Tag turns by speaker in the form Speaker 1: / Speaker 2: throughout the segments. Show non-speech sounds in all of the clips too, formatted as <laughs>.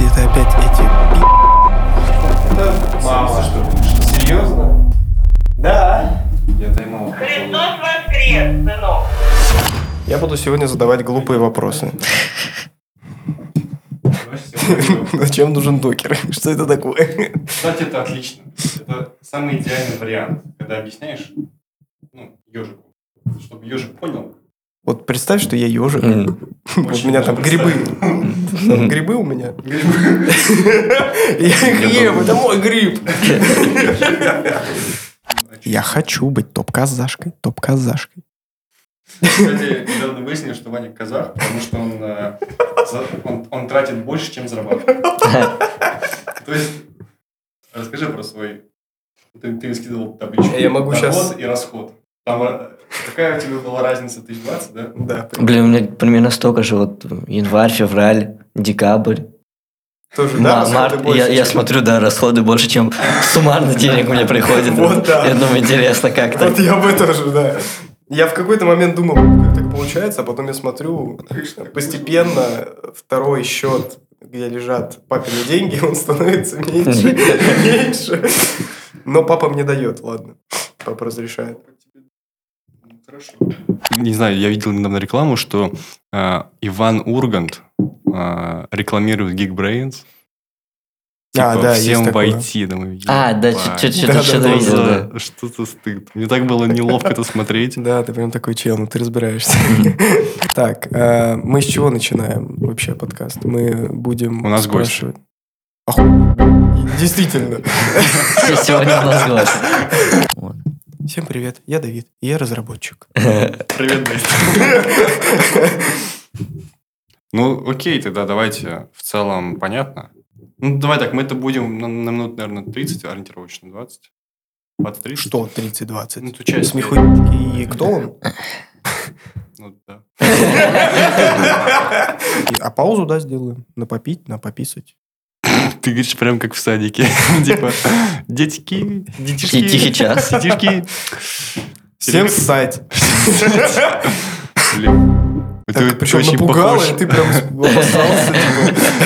Speaker 1: это опять эти пи***?
Speaker 2: Мама. Серьезно?
Speaker 1: Да.
Speaker 2: Я тайм-аут пошел.
Speaker 3: Христос воскрес, сынок!
Speaker 1: Я буду сегодня задавать глупые вопросы. <laughs> Зачем нужен докер? <laughs> Что это такое?
Speaker 2: Кстати, это отлично. Это самый идеальный вариант, когда объясняешь ну, ежику, чтобы ежик понял.
Speaker 1: Вот представь, что я ежик.
Speaker 4: М.
Speaker 1: <laughs> Вот у
Speaker 2: Очень
Speaker 1: меня там
Speaker 2: даже
Speaker 1: грибы.
Speaker 2: <laughs>
Speaker 1: Там Грибы у
Speaker 4: <laughs>
Speaker 1: меня. Я их ем, это мой гриб. Я хочу быть топ-казашкой, топ-казашкой.
Speaker 2: Кстати, недавно выяснили, что Ваня казах, потому что он, э, за- он, он тратит больше, чем зарабатывает. То есть, расскажи про свой... Ты, ты скидывал табличку.
Speaker 1: Я могу
Speaker 2: Доход
Speaker 1: щас-
Speaker 2: и расход. Там, э, какая у тебя была разница? 1020, да?
Speaker 1: Да,
Speaker 4: Блин, у меня примерно столько же. Вот январь, февраль, декабрь,
Speaker 1: тоже,
Speaker 4: ма-
Speaker 1: да, расходы
Speaker 4: март.
Speaker 1: больше,
Speaker 4: я, я
Speaker 1: чем-
Speaker 4: смотрю, да, расходы больше, чем <laughs> суммарно денег мне приходит.
Speaker 1: <laughs> Вот да.
Speaker 4: Я думаю, интересно, как так.
Speaker 1: Вот я бы тоже, да. Я в какой-то момент думал, как так получается, а потом я смотрю, постепенно второй счет, где лежат папины деньги, <laughs> он становится меньше, меньше. Но папа мне дает, ладно. Папа разрешает.
Speaker 2: Ну, Хорошо.
Speaker 5: Не знаю, я видел недавно рекламу, что э, Иван Ургант э, рекламирует Geekbrains.
Speaker 1: А,
Speaker 5: Типа,
Speaker 1: да, есть
Speaker 5: всем
Speaker 1: такое.
Speaker 5: войти. Думаю,
Speaker 4: А, да,
Speaker 5: ебать,
Speaker 4: чё- чё-
Speaker 1: Да,
Speaker 4: чё-то
Speaker 1: да,
Speaker 4: что-то
Speaker 1: да,
Speaker 5: что
Speaker 4: видел,
Speaker 5: за-
Speaker 4: да.
Speaker 5: Что за стыд? Мне так было неловко это смотреть.
Speaker 1: Да, ты прям такой чел, ну ты разбираешься. <laughs> Так, э, мы с чего начинаем вообще подкаст? Мы будем
Speaker 5: У нас гость.
Speaker 1: спрашивать. Оху- Действительно.
Speaker 4: Се- <laughs> Сегодня у нас гость.
Speaker 1: <laughs>
Speaker 4: Вот.
Speaker 1: Всем привет, я Давид, и я
Speaker 5: <laughs>
Speaker 1: разработчик.
Speaker 2: Привет, Дэйв.
Speaker 5: Ну, окей, тогда давайте в целом понятно. Ну, давай так, мы это будем на, на минут, наверное, 30, ориентировочно 20. 20-30.
Speaker 1: Что 30-20?
Speaker 5: Ну, ты часть.
Speaker 1: Смехуй. И кто он?
Speaker 5: Ну, да.
Speaker 1: И- А паузу, да, сделаем. На попить, на пописать.
Speaker 5: Ты говоришь прям как в садике. <laughs> Типа, детики, детишки.
Speaker 4: Ти- Тихий час.
Speaker 5: Детишки.
Speaker 1: Всем
Speaker 5: Всем
Speaker 1: ссать.
Speaker 5: <laughs> Блин. Ты, ты
Speaker 1: причем
Speaker 5: очень
Speaker 1: напугал,
Speaker 5: похож,
Speaker 1: и ты прям обоссался.
Speaker 4: <laughs>
Speaker 1: типа.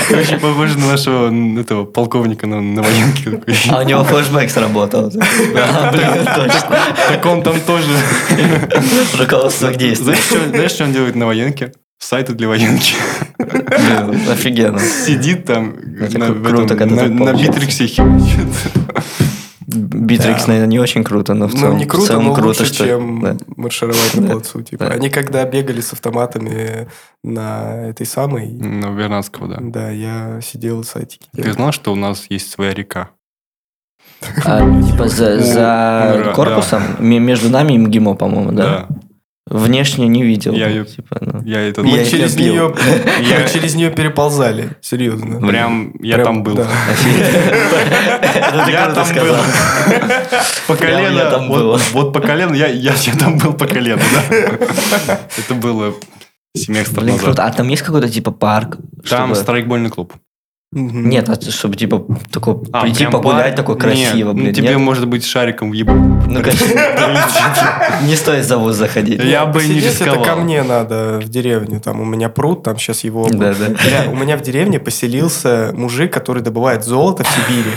Speaker 5: ты очень похож на нашего м, этого полковника на, на военке. такой.
Speaker 4: А у него флешбэк
Speaker 1: <laughs>
Speaker 4: сработал. А, <laughs> Блин, точно.
Speaker 5: Так он там тоже.
Speaker 4: Руководство к действию.
Speaker 5: Знаешь, что, знаешь, что он делает на военке? Сайты для
Speaker 4: <laughs>
Speaker 5: военки.
Speaker 4: Блин, Офигенно.
Speaker 5: Сидит там
Speaker 4: Это
Speaker 5: на,
Speaker 4: кру- круто,
Speaker 5: в этом,
Speaker 4: когда
Speaker 5: на,
Speaker 4: так
Speaker 5: на
Speaker 4: получается.
Speaker 5: битриксе херачит. <laughs>
Speaker 4: Битрикс, наверное, не очень круто, но в
Speaker 1: Ну,
Speaker 4: целом,
Speaker 1: не
Speaker 4: в
Speaker 1: круто,
Speaker 4: целом
Speaker 1: но
Speaker 4: круто,
Speaker 1: лучше,
Speaker 4: что...
Speaker 1: <laughs>
Speaker 4: да.
Speaker 1: чем маршировать на
Speaker 4: Да.
Speaker 1: плацу. Типа.
Speaker 4: Да.
Speaker 1: Они когда бегали с автоматами на этой самой,
Speaker 5: Ну, Вернадского, да.
Speaker 1: да, я сидел в сайтике.
Speaker 5: Ты
Speaker 1: <laughs>
Speaker 5: знал, что у нас есть своя река?
Speaker 4: А, типа за,
Speaker 5: Ну,
Speaker 4: за
Speaker 5: да,
Speaker 4: корпусом, ме- между нами и МГИМО, по-моему, да? Внешне не видел.
Speaker 5: Я её-
Speaker 4: Типа, ну,
Speaker 5: <laughs> Я это...
Speaker 1: Мы
Speaker 4: Я их
Speaker 1: через
Speaker 4: любил. <laughs>
Speaker 1: нее,
Speaker 5: Я-
Speaker 1: мы через нее переползали, серьезно.
Speaker 5: Прям я
Speaker 1: Прям,
Speaker 5: там был.
Speaker 1: да.
Speaker 4: <laughs> Это ты круто сказал.
Speaker 5: По
Speaker 4: Прям я
Speaker 5: колено.
Speaker 4: там
Speaker 5: вот-
Speaker 4: был.
Speaker 5: Вот по колено. Я я я там был по колено,
Speaker 4: <laughs>
Speaker 5: да. Это было семестр
Speaker 4: Блин, круто.
Speaker 5: назад.
Speaker 4: А там есть какой-то типа парк?
Speaker 5: Там
Speaker 4: чтобы-
Speaker 5: страйкбольный клуб.
Speaker 1: Мгм.
Speaker 4: Нет, а чтобы типа такой
Speaker 5: А,
Speaker 4: прийти
Speaker 5: прям
Speaker 4: погулять
Speaker 5: бар?
Speaker 4: такой
Speaker 5: Нет,
Speaker 4: красиво,
Speaker 5: ну,
Speaker 4: блин.
Speaker 5: Тебе,
Speaker 4: нет?
Speaker 5: может быть, шариком
Speaker 4: <laughs>
Speaker 5: въебать.
Speaker 4: Ну, конечно, не стоит за вуз заходить.
Speaker 5: Я бы не
Speaker 1: Посидеть это
Speaker 5: рисковал.
Speaker 1: ко мне надо в деревню. Там у меня пруд, там сейчас его...
Speaker 4: Да, да.
Speaker 1: Бля, у меня в деревне поселился мужик, который добывает золото в Сибири.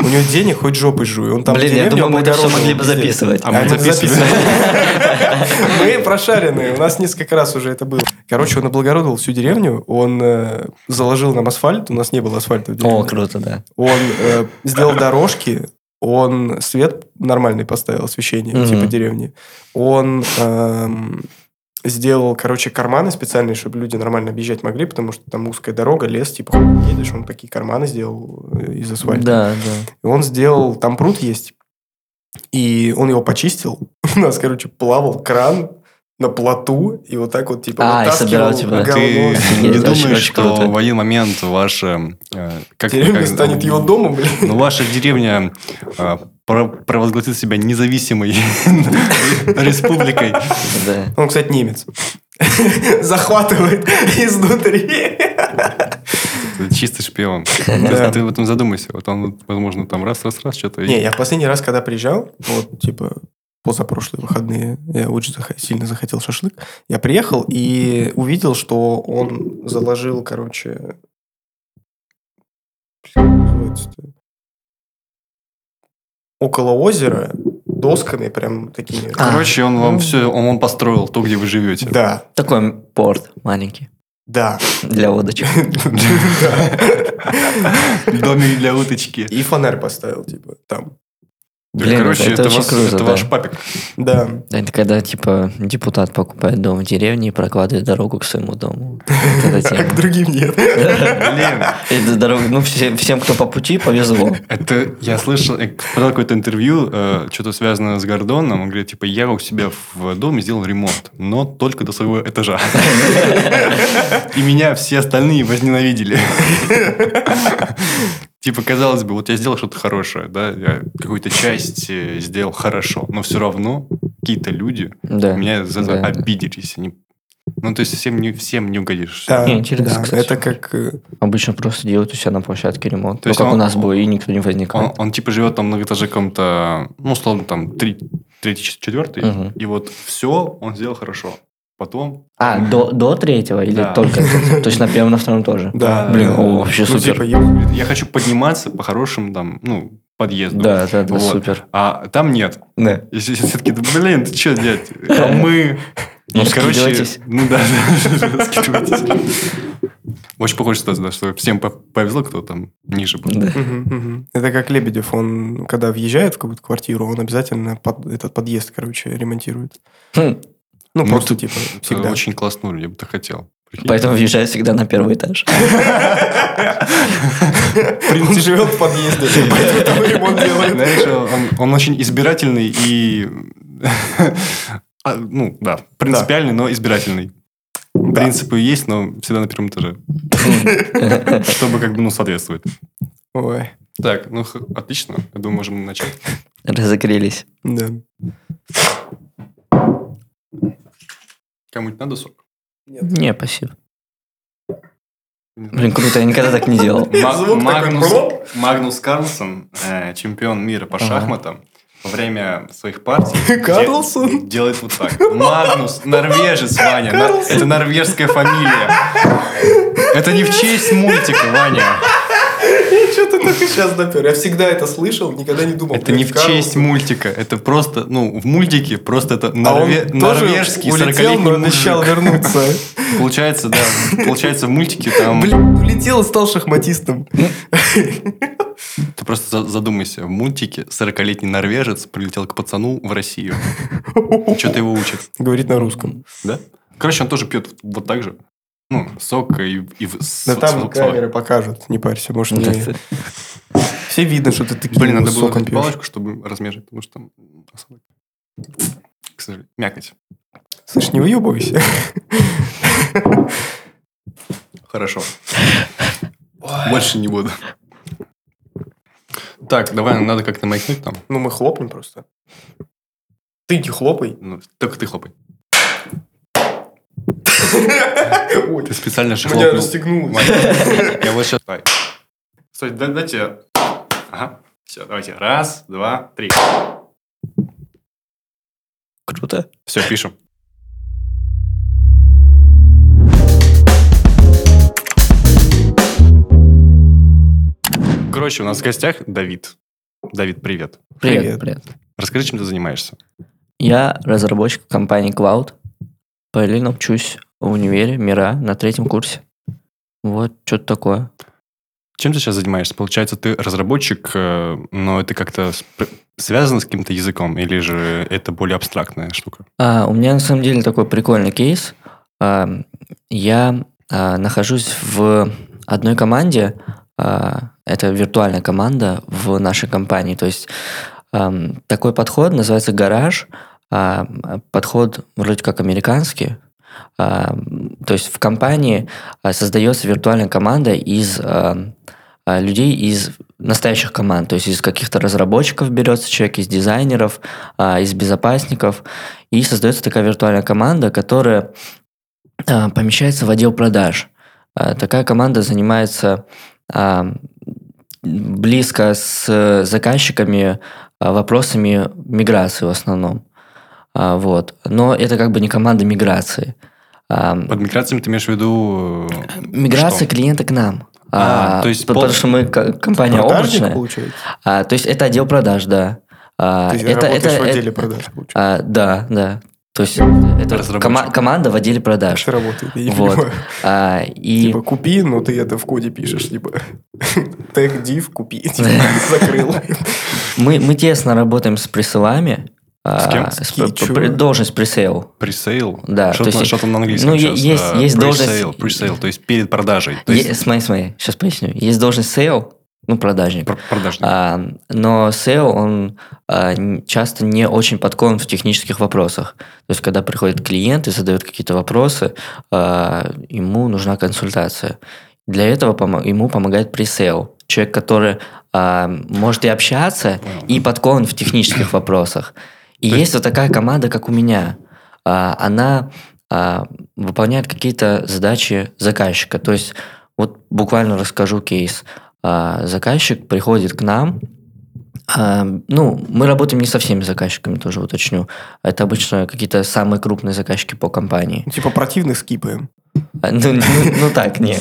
Speaker 1: У него денег хоть жопой жуй. Он там в
Speaker 4: Блин, я
Speaker 1: деревне
Speaker 4: думал, мы это все
Speaker 1: облагородил
Speaker 4: могли бы
Speaker 1: везде.
Speaker 4: записывать.
Speaker 5: А мы
Speaker 1: Они
Speaker 5: записывали.
Speaker 1: записывали. <laughs> Мы прошаренные, у нас несколько раз уже это было. Короче, он облагородил всю деревню, он э, заложил нам асфальт, у нас не было асфальта в
Speaker 4: О,
Speaker 1: деревне.
Speaker 4: круто, да.
Speaker 1: Он э, сделал дорожки, он свет нормальный поставил, освещение,
Speaker 4: Мгм.
Speaker 1: типа деревни. Он эм, сделал, короче, карманы специальные, чтобы люди нормально объезжать могли, потому что там узкая дорога, лес, типа, хуй едешь, он такие карманы сделал э, из асфальта.
Speaker 4: Да, да.
Speaker 1: И он сделал, там пруд есть, и он его почистил. <laughs> У нас, короче, плавал кран на плоту, и вот так вот, типа,
Speaker 4: А, и
Speaker 1: вытаскивал
Speaker 4: собирал, типа,
Speaker 1: говно.
Speaker 5: Ты
Speaker 4: Офигеть,
Speaker 5: не
Speaker 4: очень-
Speaker 5: думаешь,
Speaker 4: очень круто.
Speaker 5: что в один момент ваша... э, как-
Speaker 1: <laughs> Деревня
Speaker 5: как-
Speaker 1: станет его домом, блин.
Speaker 5: Ну, ваша деревня э, про- провозгласит себя независимой <laughs> республикой.
Speaker 4: да.
Speaker 1: Он, кстати, немец. <laughs> Захватывает изнутри.
Speaker 5: Это Чистый шпион.
Speaker 1: Да.
Speaker 5: Ты, ты в этом задумайся. Вот он, вот, возможно, там раз-раз-раз что-то...
Speaker 1: Не, я в последний раз, когда приезжал, вот, типа, позапрошлые выходные, я очень зах- сильно захотел шашлык, я приехал и увидел, что он заложил, короче, называется-то? Около озера, досками прям такими.
Speaker 4: А.
Speaker 5: Короче, он вам все, он вам построил то, где вы живете.
Speaker 1: Да,
Speaker 4: Такой порт маленький
Speaker 1: да. <laughs>
Speaker 4: для лодочек.
Speaker 5: Домик для уточки.
Speaker 1: И фонарь поставил, типа, там.
Speaker 4: Блин,
Speaker 5: Короче,
Speaker 4: это
Speaker 5: это,
Speaker 4: очень
Speaker 5: вас-
Speaker 4: круто,
Speaker 5: это
Speaker 4: да.
Speaker 5: ваш папик.
Speaker 1: Да.
Speaker 4: Это когда, типа, депутат покупает дом в деревне и прокладывает дорогу к своему дому. Вот эта
Speaker 1: А к
Speaker 4: тема.
Speaker 1: другим нет.
Speaker 5: Блин,
Speaker 4: <laughs> Это дорога- ну, все- всем, кто по пути, повезло.
Speaker 5: это я слышал, я смотрел какое-то интервью, э, что-то связанное с Гордоном. Он говорит, типа, я у себя в доме сделал ремонт, но только до своего этажа. И меня все остальные возненавидели. Типа, казалось бы, вот я сделал что-то хорошее, да, я какую-то часть э, сделал хорошо, но все равно какие-то люди
Speaker 4: Да.
Speaker 5: меня за это
Speaker 4: Да, да.
Speaker 5: обиделись. они- Ну, то есть, всем не, всем не угодишь.
Speaker 1: Да,
Speaker 4: Не, интересно,
Speaker 1: да,
Speaker 4: кстати.
Speaker 1: это как... э,
Speaker 4: Обычно просто делают у себя на площадке ремонт.
Speaker 5: То
Speaker 4: Ну,
Speaker 5: есть
Speaker 4: как
Speaker 5: он-
Speaker 4: у нас было, и никто не
Speaker 5: Он,
Speaker 4: возникает.
Speaker 5: он, типа живет там многоэтаже каком-то, ну, условно, там, три, третий, чет- четвертый.
Speaker 4: Мгм.
Speaker 5: И вот все он сделал хорошо. Потом...
Speaker 4: А, до, до третьего или
Speaker 5: Да.
Speaker 4: только? <laughs> То есть на первом, на втором тоже?
Speaker 1: Да.
Speaker 4: Блин, о, вообще
Speaker 5: ну,
Speaker 4: супер.
Speaker 5: типа, я, говорит, я хочу подниматься по хорошему там, ну, подъезду.
Speaker 4: Да, да, да,
Speaker 5: Вот.
Speaker 4: супер.
Speaker 5: А там нет.
Speaker 4: Да.
Speaker 5: И все- все такие, «Да блин, ты что, дядь? А мы...
Speaker 4: <laughs> Ну,
Speaker 5: И,
Speaker 4: скидывайтесь.
Speaker 5: Ну да, <laughs> да, скидывайтесь. Очень похоже, что, да, что всем по- повезло, кто там ниже был.
Speaker 4: Да.
Speaker 1: Мгм, мгм. Это как Лебедев, он, когда въезжает в какую-то квартиру, он обязательно под- этот подъезд, короче, ремонтирует.
Speaker 4: Хм,
Speaker 1: Ну,
Speaker 5: Ну,
Speaker 1: просто,
Speaker 5: ты-
Speaker 1: типа,
Speaker 5: Это
Speaker 1: всегда.
Speaker 5: Очень класснули, я бы так хотел. Прикинь.
Speaker 4: Поэтому въезжают всегда на первый
Speaker 5: <laughs>
Speaker 4: этаж.
Speaker 1: <laughs>
Speaker 4: <laughs>
Speaker 1: Он живет в подъезде, <laughs> поэтому там и ремонт делает.
Speaker 5: Знаешь, он, он очень избирательный и... <laughs> а, ну, да, принципиальный, но избирательный. Принципы есть, но всегда на первом этаже. Чтобы как бы, ну, соответствовать.
Speaker 1: Ой,
Speaker 5: Так, ну, х- отлично. Я думаю, можем начать.
Speaker 4: Разогрелись.
Speaker 1: да.
Speaker 5: Кому-нибудь надо сок?
Speaker 4: Не, спасибо. Блин, круто, я никогда так не делал.
Speaker 5: Ма-
Speaker 1: Звук такой,
Speaker 5: Магнус,
Speaker 1: «Хлоп».
Speaker 5: Магнус Карлсон, э, чемпион мира по
Speaker 4: Ага.
Speaker 5: шахматам, во время своих партий де-
Speaker 1: <laughs> Карлсон?
Speaker 5: делает вот так. Магнус, норвежец, Ваня. на-
Speaker 1: Карлсон.
Speaker 5: Это норвежская фамилия. Это не в честь мультика, Ваня.
Speaker 1: Я что-то только сейчас допер. Я всегда это слышал, никогда не думал.
Speaker 5: Это не в
Speaker 1: Блин,
Speaker 5: честь
Speaker 1: Карлсон.
Speaker 5: мультика. Это просто, ну, в мультике просто это
Speaker 1: А он
Speaker 5: норве-
Speaker 1: тоже
Speaker 5: норвежский
Speaker 1: улетел,
Speaker 5: 40-летний
Speaker 1: но
Speaker 5: мужик.
Speaker 1: обещал
Speaker 5: <laughs>
Speaker 1: вернуться.
Speaker 5: Получается, да. Получается, в мультике там...
Speaker 1: Блин, улетел и стал шахматистом.
Speaker 5: Ты просто за- задумайся. В мультике 40-летний норвежец прилетел к пацану в Россию. Что-то его учат.
Speaker 1: Говорит на русском.
Speaker 5: Да? Короче, он тоже пьет вот так же. Ну, сок и, и в- с-
Speaker 1: Да
Speaker 5: сок-
Speaker 1: там
Speaker 5: сок-
Speaker 1: камеры покажут, не парься, может,
Speaker 4: Да,
Speaker 1: не...
Speaker 4: кстати.
Speaker 1: Все видно, что ты таким
Speaker 5: Блин, надо было
Speaker 1: соком
Speaker 5: взять
Speaker 1: пьешь.
Speaker 5: палочку, чтобы размежить, потому что там... осадок. К сожалению, мякоть.
Speaker 1: Слышь, не уебывайся.
Speaker 5: Хорошо. Больше не буду. Так, давай, надо как-то маякнуть там.
Speaker 1: <laughs> Ну, мы хлопнем просто. Ты не хлопай.
Speaker 5: Ну, только ты <laughs> хлопай.
Speaker 1: Ой,
Speaker 5: Ты специально же
Speaker 1: меня
Speaker 5: хлопнул.
Speaker 1: расстегнулось.
Speaker 5: Маякнуть. Я вот сейчас... Давай. Стой, да- дайте... Ага. Все, давайте. Раз, два, три.
Speaker 4: <laughs> Круто.
Speaker 5: Все, пишем. Короче, у нас в гостях Давид. Давид, привет.
Speaker 1: Привет.
Speaker 4: Привет, привет.
Speaker 5: Расскажи, чем ты занимаешься.
Speaker 4: Я разработчик компании Cloud. Параллельно учусь в универе Мира на третьем курсе. Вот, что-то такое.
Speaker 5: Чем ты сейчас занимаешься? Получается, ты разработчик, э, но это как-то сп- связано с каким-то языком, или же это более абстрактная штука?
Speaker 4: А, у меня на самом деле такой прикольный кейс. А, я а, нахожусь в одной команде. а, это виртуальная команда в нашей компании. То есть ам, такой подход называется гараж. А, подход вроде как американский. А, м, то есть в компании а, создается виртуальная команда из ам, а, людей из настоящих команд, то есть из каких-то разработчиков берется человек, из дизайнеров, а, из безопасников, и создается такая виртуальная команда, которая а, помещается в отдел продаж. А, Такая команда занимается а, близко с заказчиками а, вопросами миграции в основном. А, Вот. Но это как бы не команда миграции. А,
Speaker 5: Под миграциями ты имеешь в виду... э,
Speaker 4: Миграция
Speaker 5: что?
Speaker 4: клиента к нам.
Speaker 5: А,
Speaker 4: А,
Speaker 5: то есть
Speaker 4: по-
Speaker 5: пол-
Speaker 4: Потому что мы к- компания
Speaker 1: Продажник,
Speaker 4: облачная.
Speaker 1: получается?
Speaker 4: А, то есть это отдел продаж, да. А,
Speaker 1: Ты
Speaker 4: это,
Speaker 1: работаешь
Speaker 4: это-
Speaker 1: в отделе
Speaker 4: это-
Speaker 1: продаж, получается.
Speaker 4: а, да, да. То есть это
Speaker 5: Разработчик.
Speaker 4: кома- команда в отделе продаж.
Speaker 1: Что работает, я не
Speaker 4: Вот.
Speaker 1: понимаю.
Speaker 4: А, и
Speaker 1: Типа, купи, но ты это в коде пишешь, типа, <laughs> тег div
Speaker 4: <laughs>
Speaker 1: купи, типа, закрыл.
Speaker 4: мы, мы тесно работаем с пресейлами.
Speaker 5: С
Speaker 4: а,
Speaker 5: кем?
Speaker 1: Ки-
Speaker 4: п-
Speaker 1: чё?
Speaker 4: п- должность пресейл.
Speaker 5: Пресейл?
Speaker 4: Да, то
Speaker 5: Что-то,
Speaker 4: есть-
Speaker 5: на- что-то на английском
Speaker 4: ну, е-
Speaker 5: сейчас.
Speaker 4: есть-
Speaker 5: э,
Speaker 4: есть
Speaker 5: presale,
Speaker 4: должность-
Speaker 5: presale, то есть перед продажей. То
Speaker 4: Е-
Speaker 5: есть
Speaker 4: Смотри, смотри, сейчас поясню. Есть должность сейл, ну, продажник.
Speaker 5: пр- продажник.
Speaker 4: А, но SEO, он а, н- часто не очень подкован в технических вопросах. То есть, когда приходит клиент и задает какие-то вопросы, а, ему нужна консультация. Для этого помо- ему помогает пресейл. Человек, который а, может и общаться,
Speaker 5: Понял.
Speaker 4: и подкован в технических вопросах. И есть вот такая команда, как у меня. А, она а, выполняет какие-то задачи заказчика. То есть, вот буквально расскажу кейс. А, заказчик приходит к нам. а, ну, мы работаем не со всеми заказчиками, тоже уточню. Это обычно какие-то самые крупные заказчики по компании.
Speaker 1: Типа, противных скипаем.
Speaker 4: А, Ну, ну- ну так, не.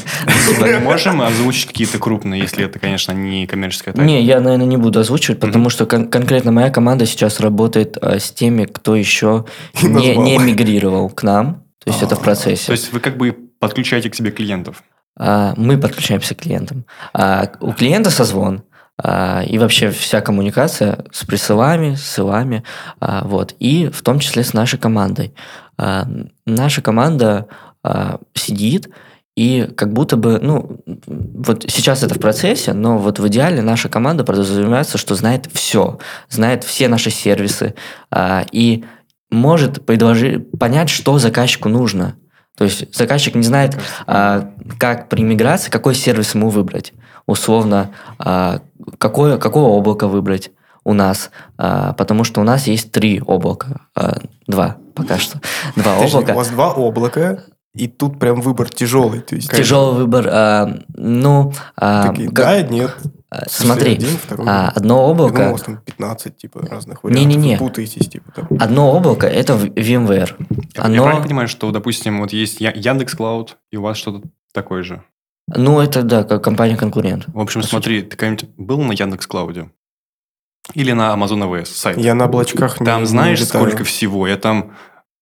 Speaker 5: Мы можем озвучить какие-то крупные, если это, конечно, не коммерческая тайна?
Speaker 4: Не, я, наверное, не буду озвучивать, потому что кон- конкретно моя команда сейчас работает а, с теми, кто еще
Speaker 1: И
Speaker 4: не,
Speaker 1: назвал.
Speaker 4: не мигрировал к нам. То есть это в процессе.
Speaker 5: То есть вы как бы подключаете к себе клиентов.
Speaker 4: А, Мы подключаемся к клиентам. А, У клиента созвон. а, И вообще вся коммуникация с присылами, с ссылами, а, вот, и в том числе с нашей командой. А, Наша команда а, сидит и как будто бы, ну, вот сейчас это в процессе, но вот в идеале наша команда подразумевается, что знает все, знает все наши сервисы а, и может предложи- понять, что заказчику нужно. То есть заказчик не знает, а, как при миграции, какой сервис ему выбрать. Условно, а, какое, какое облако выбрать у нас, а, потому что у нас есть три облака, а, два пока
Speaker 1: <laughs>
Speaker 4: что, два
Speaker 1: Подожди,
Speaker 4: облака.
Speaker 1: У вас два облака, и тут прям выбор тяжелый. То есть,
Speaker 4: Тяжелый выбор. а, ну, а,
Speaker 1: такие,
Speaker 4: как-
Speaker 1: да, нет.
Speaker 4: а, смотри,
Speaker 1: Один, второй.
Speaker 4: а, одно
Speaker 1: Я думал, у
Speaker 4: облако,
Speaker 1: вас там 15, типа, разных вариантов.
Speaker 4: Не-не-не.
Speaker 1: Вы Путаетесь, типа, там.
Speaker 4: одно облако это в- VMware.
Speaker 5: Я, я правильно
Speaker 4: Оно,
Speaker 5: понимаю, что, допустим, вот есть Я- Яндекс Клауд, и у вас что-то такое же.
Speaker 4: ну это да, как компания конкурент.
Speaker 5: В общем, смотри, ты когда-нибудь был на Яндекс Клауде? Или на Amazon AWS сайт?
Speaker 1: Я на облачках не-
Speaker 5: Там
Speaker 1: не
Speaker 5: знаешь,
Speaker 1: летаю.
Speaker 5: сколько всего? Я там,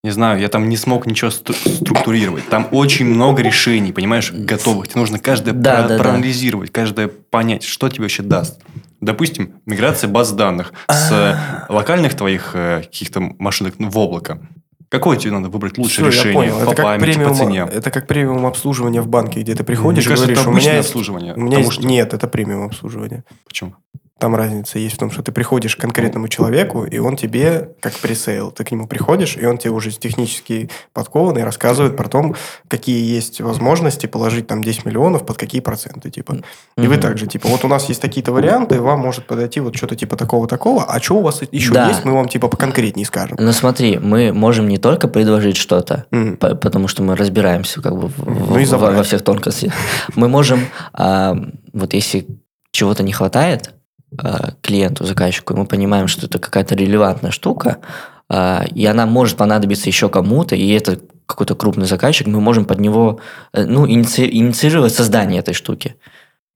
Speaker 5: не знаю, я там не смог ничего стру- структурировать. Там очень много решений, понимаешь, готовых. Тебе нужно каждое
Speaker 4: Да,
Speaker 5: про-
Speaker 4: да, да.
Speaker 5: проанализировать, каждое понять, что тебе вообще даст. Допустим, миграция баз данных
Speaker 1: А,
Speaker 5: с э, локальных твоих э, каких-то машинок ну, в облако. Какое тебе надо выбрать лучшее
Speaker 1: Всё, я
Speaker 5: решение
Speaker 1: понял.
Speaker 5: по
Speaker 1: это как
Speaker 5: памяти,
Speaker 1: премиум,
Speaker 5: по цене?
Speaker 1: Это как премиум обслуживание в банке, где ты
Speaker 5: Мне
Speaker 1: приходишь и
Speaker 5: кажется,
Speaker 1: говоришь,
Speaker 5: это
Speaker 1: у меня
Speaker 5: обычное
Speaker 1: есть...
Speaker 5: обслуживание.
Speaker 1: у меня
Speaker 5: потому
Speaker 1: есть-
Speaker 5: что-
Speaker 1: Нет, это премиум обслуживание.
Speaker 5: Почему?
Speaker 1: Там разница есть в том, что ты приходишь к конкретному человеку, и он тебе, как пресейл, ты к нему приходишь, и он тебе уже технически подкованный рассказывает про то, какие есть возможности положить там 10 миллионов под какие проценты, типа. И вы
Speaker 4: Мгм.
Speaker 1: также, типа, вот у нас есть такие-то варианты, вам может подойти вот что-то типа такого-такого, а что у вас еще
Speaker 4: Да.
Speaker 1: есть, мы вам типа поконкретнее скажем.
Speaker 4: Но смотри, мы можем не только предложить что-то,
Speaker 1: М.
Speaker 4: По- потому что мы разбираемся как бы в- в-
Speaker 1: Ну и
Speaker 4: во,
Speaker 1: забрать.
Speaker 4: во всех тонкостях. Мы можем, а, вот если чего-то не хватает а, клиенту, заказчику, и мы понимаем, что это какая-то релевантная штука, а, и она может понадобиться еще кому-то, и это какой-то крупный заказчик, мы можем под него э, ну, иници- инициировать создание этой штуки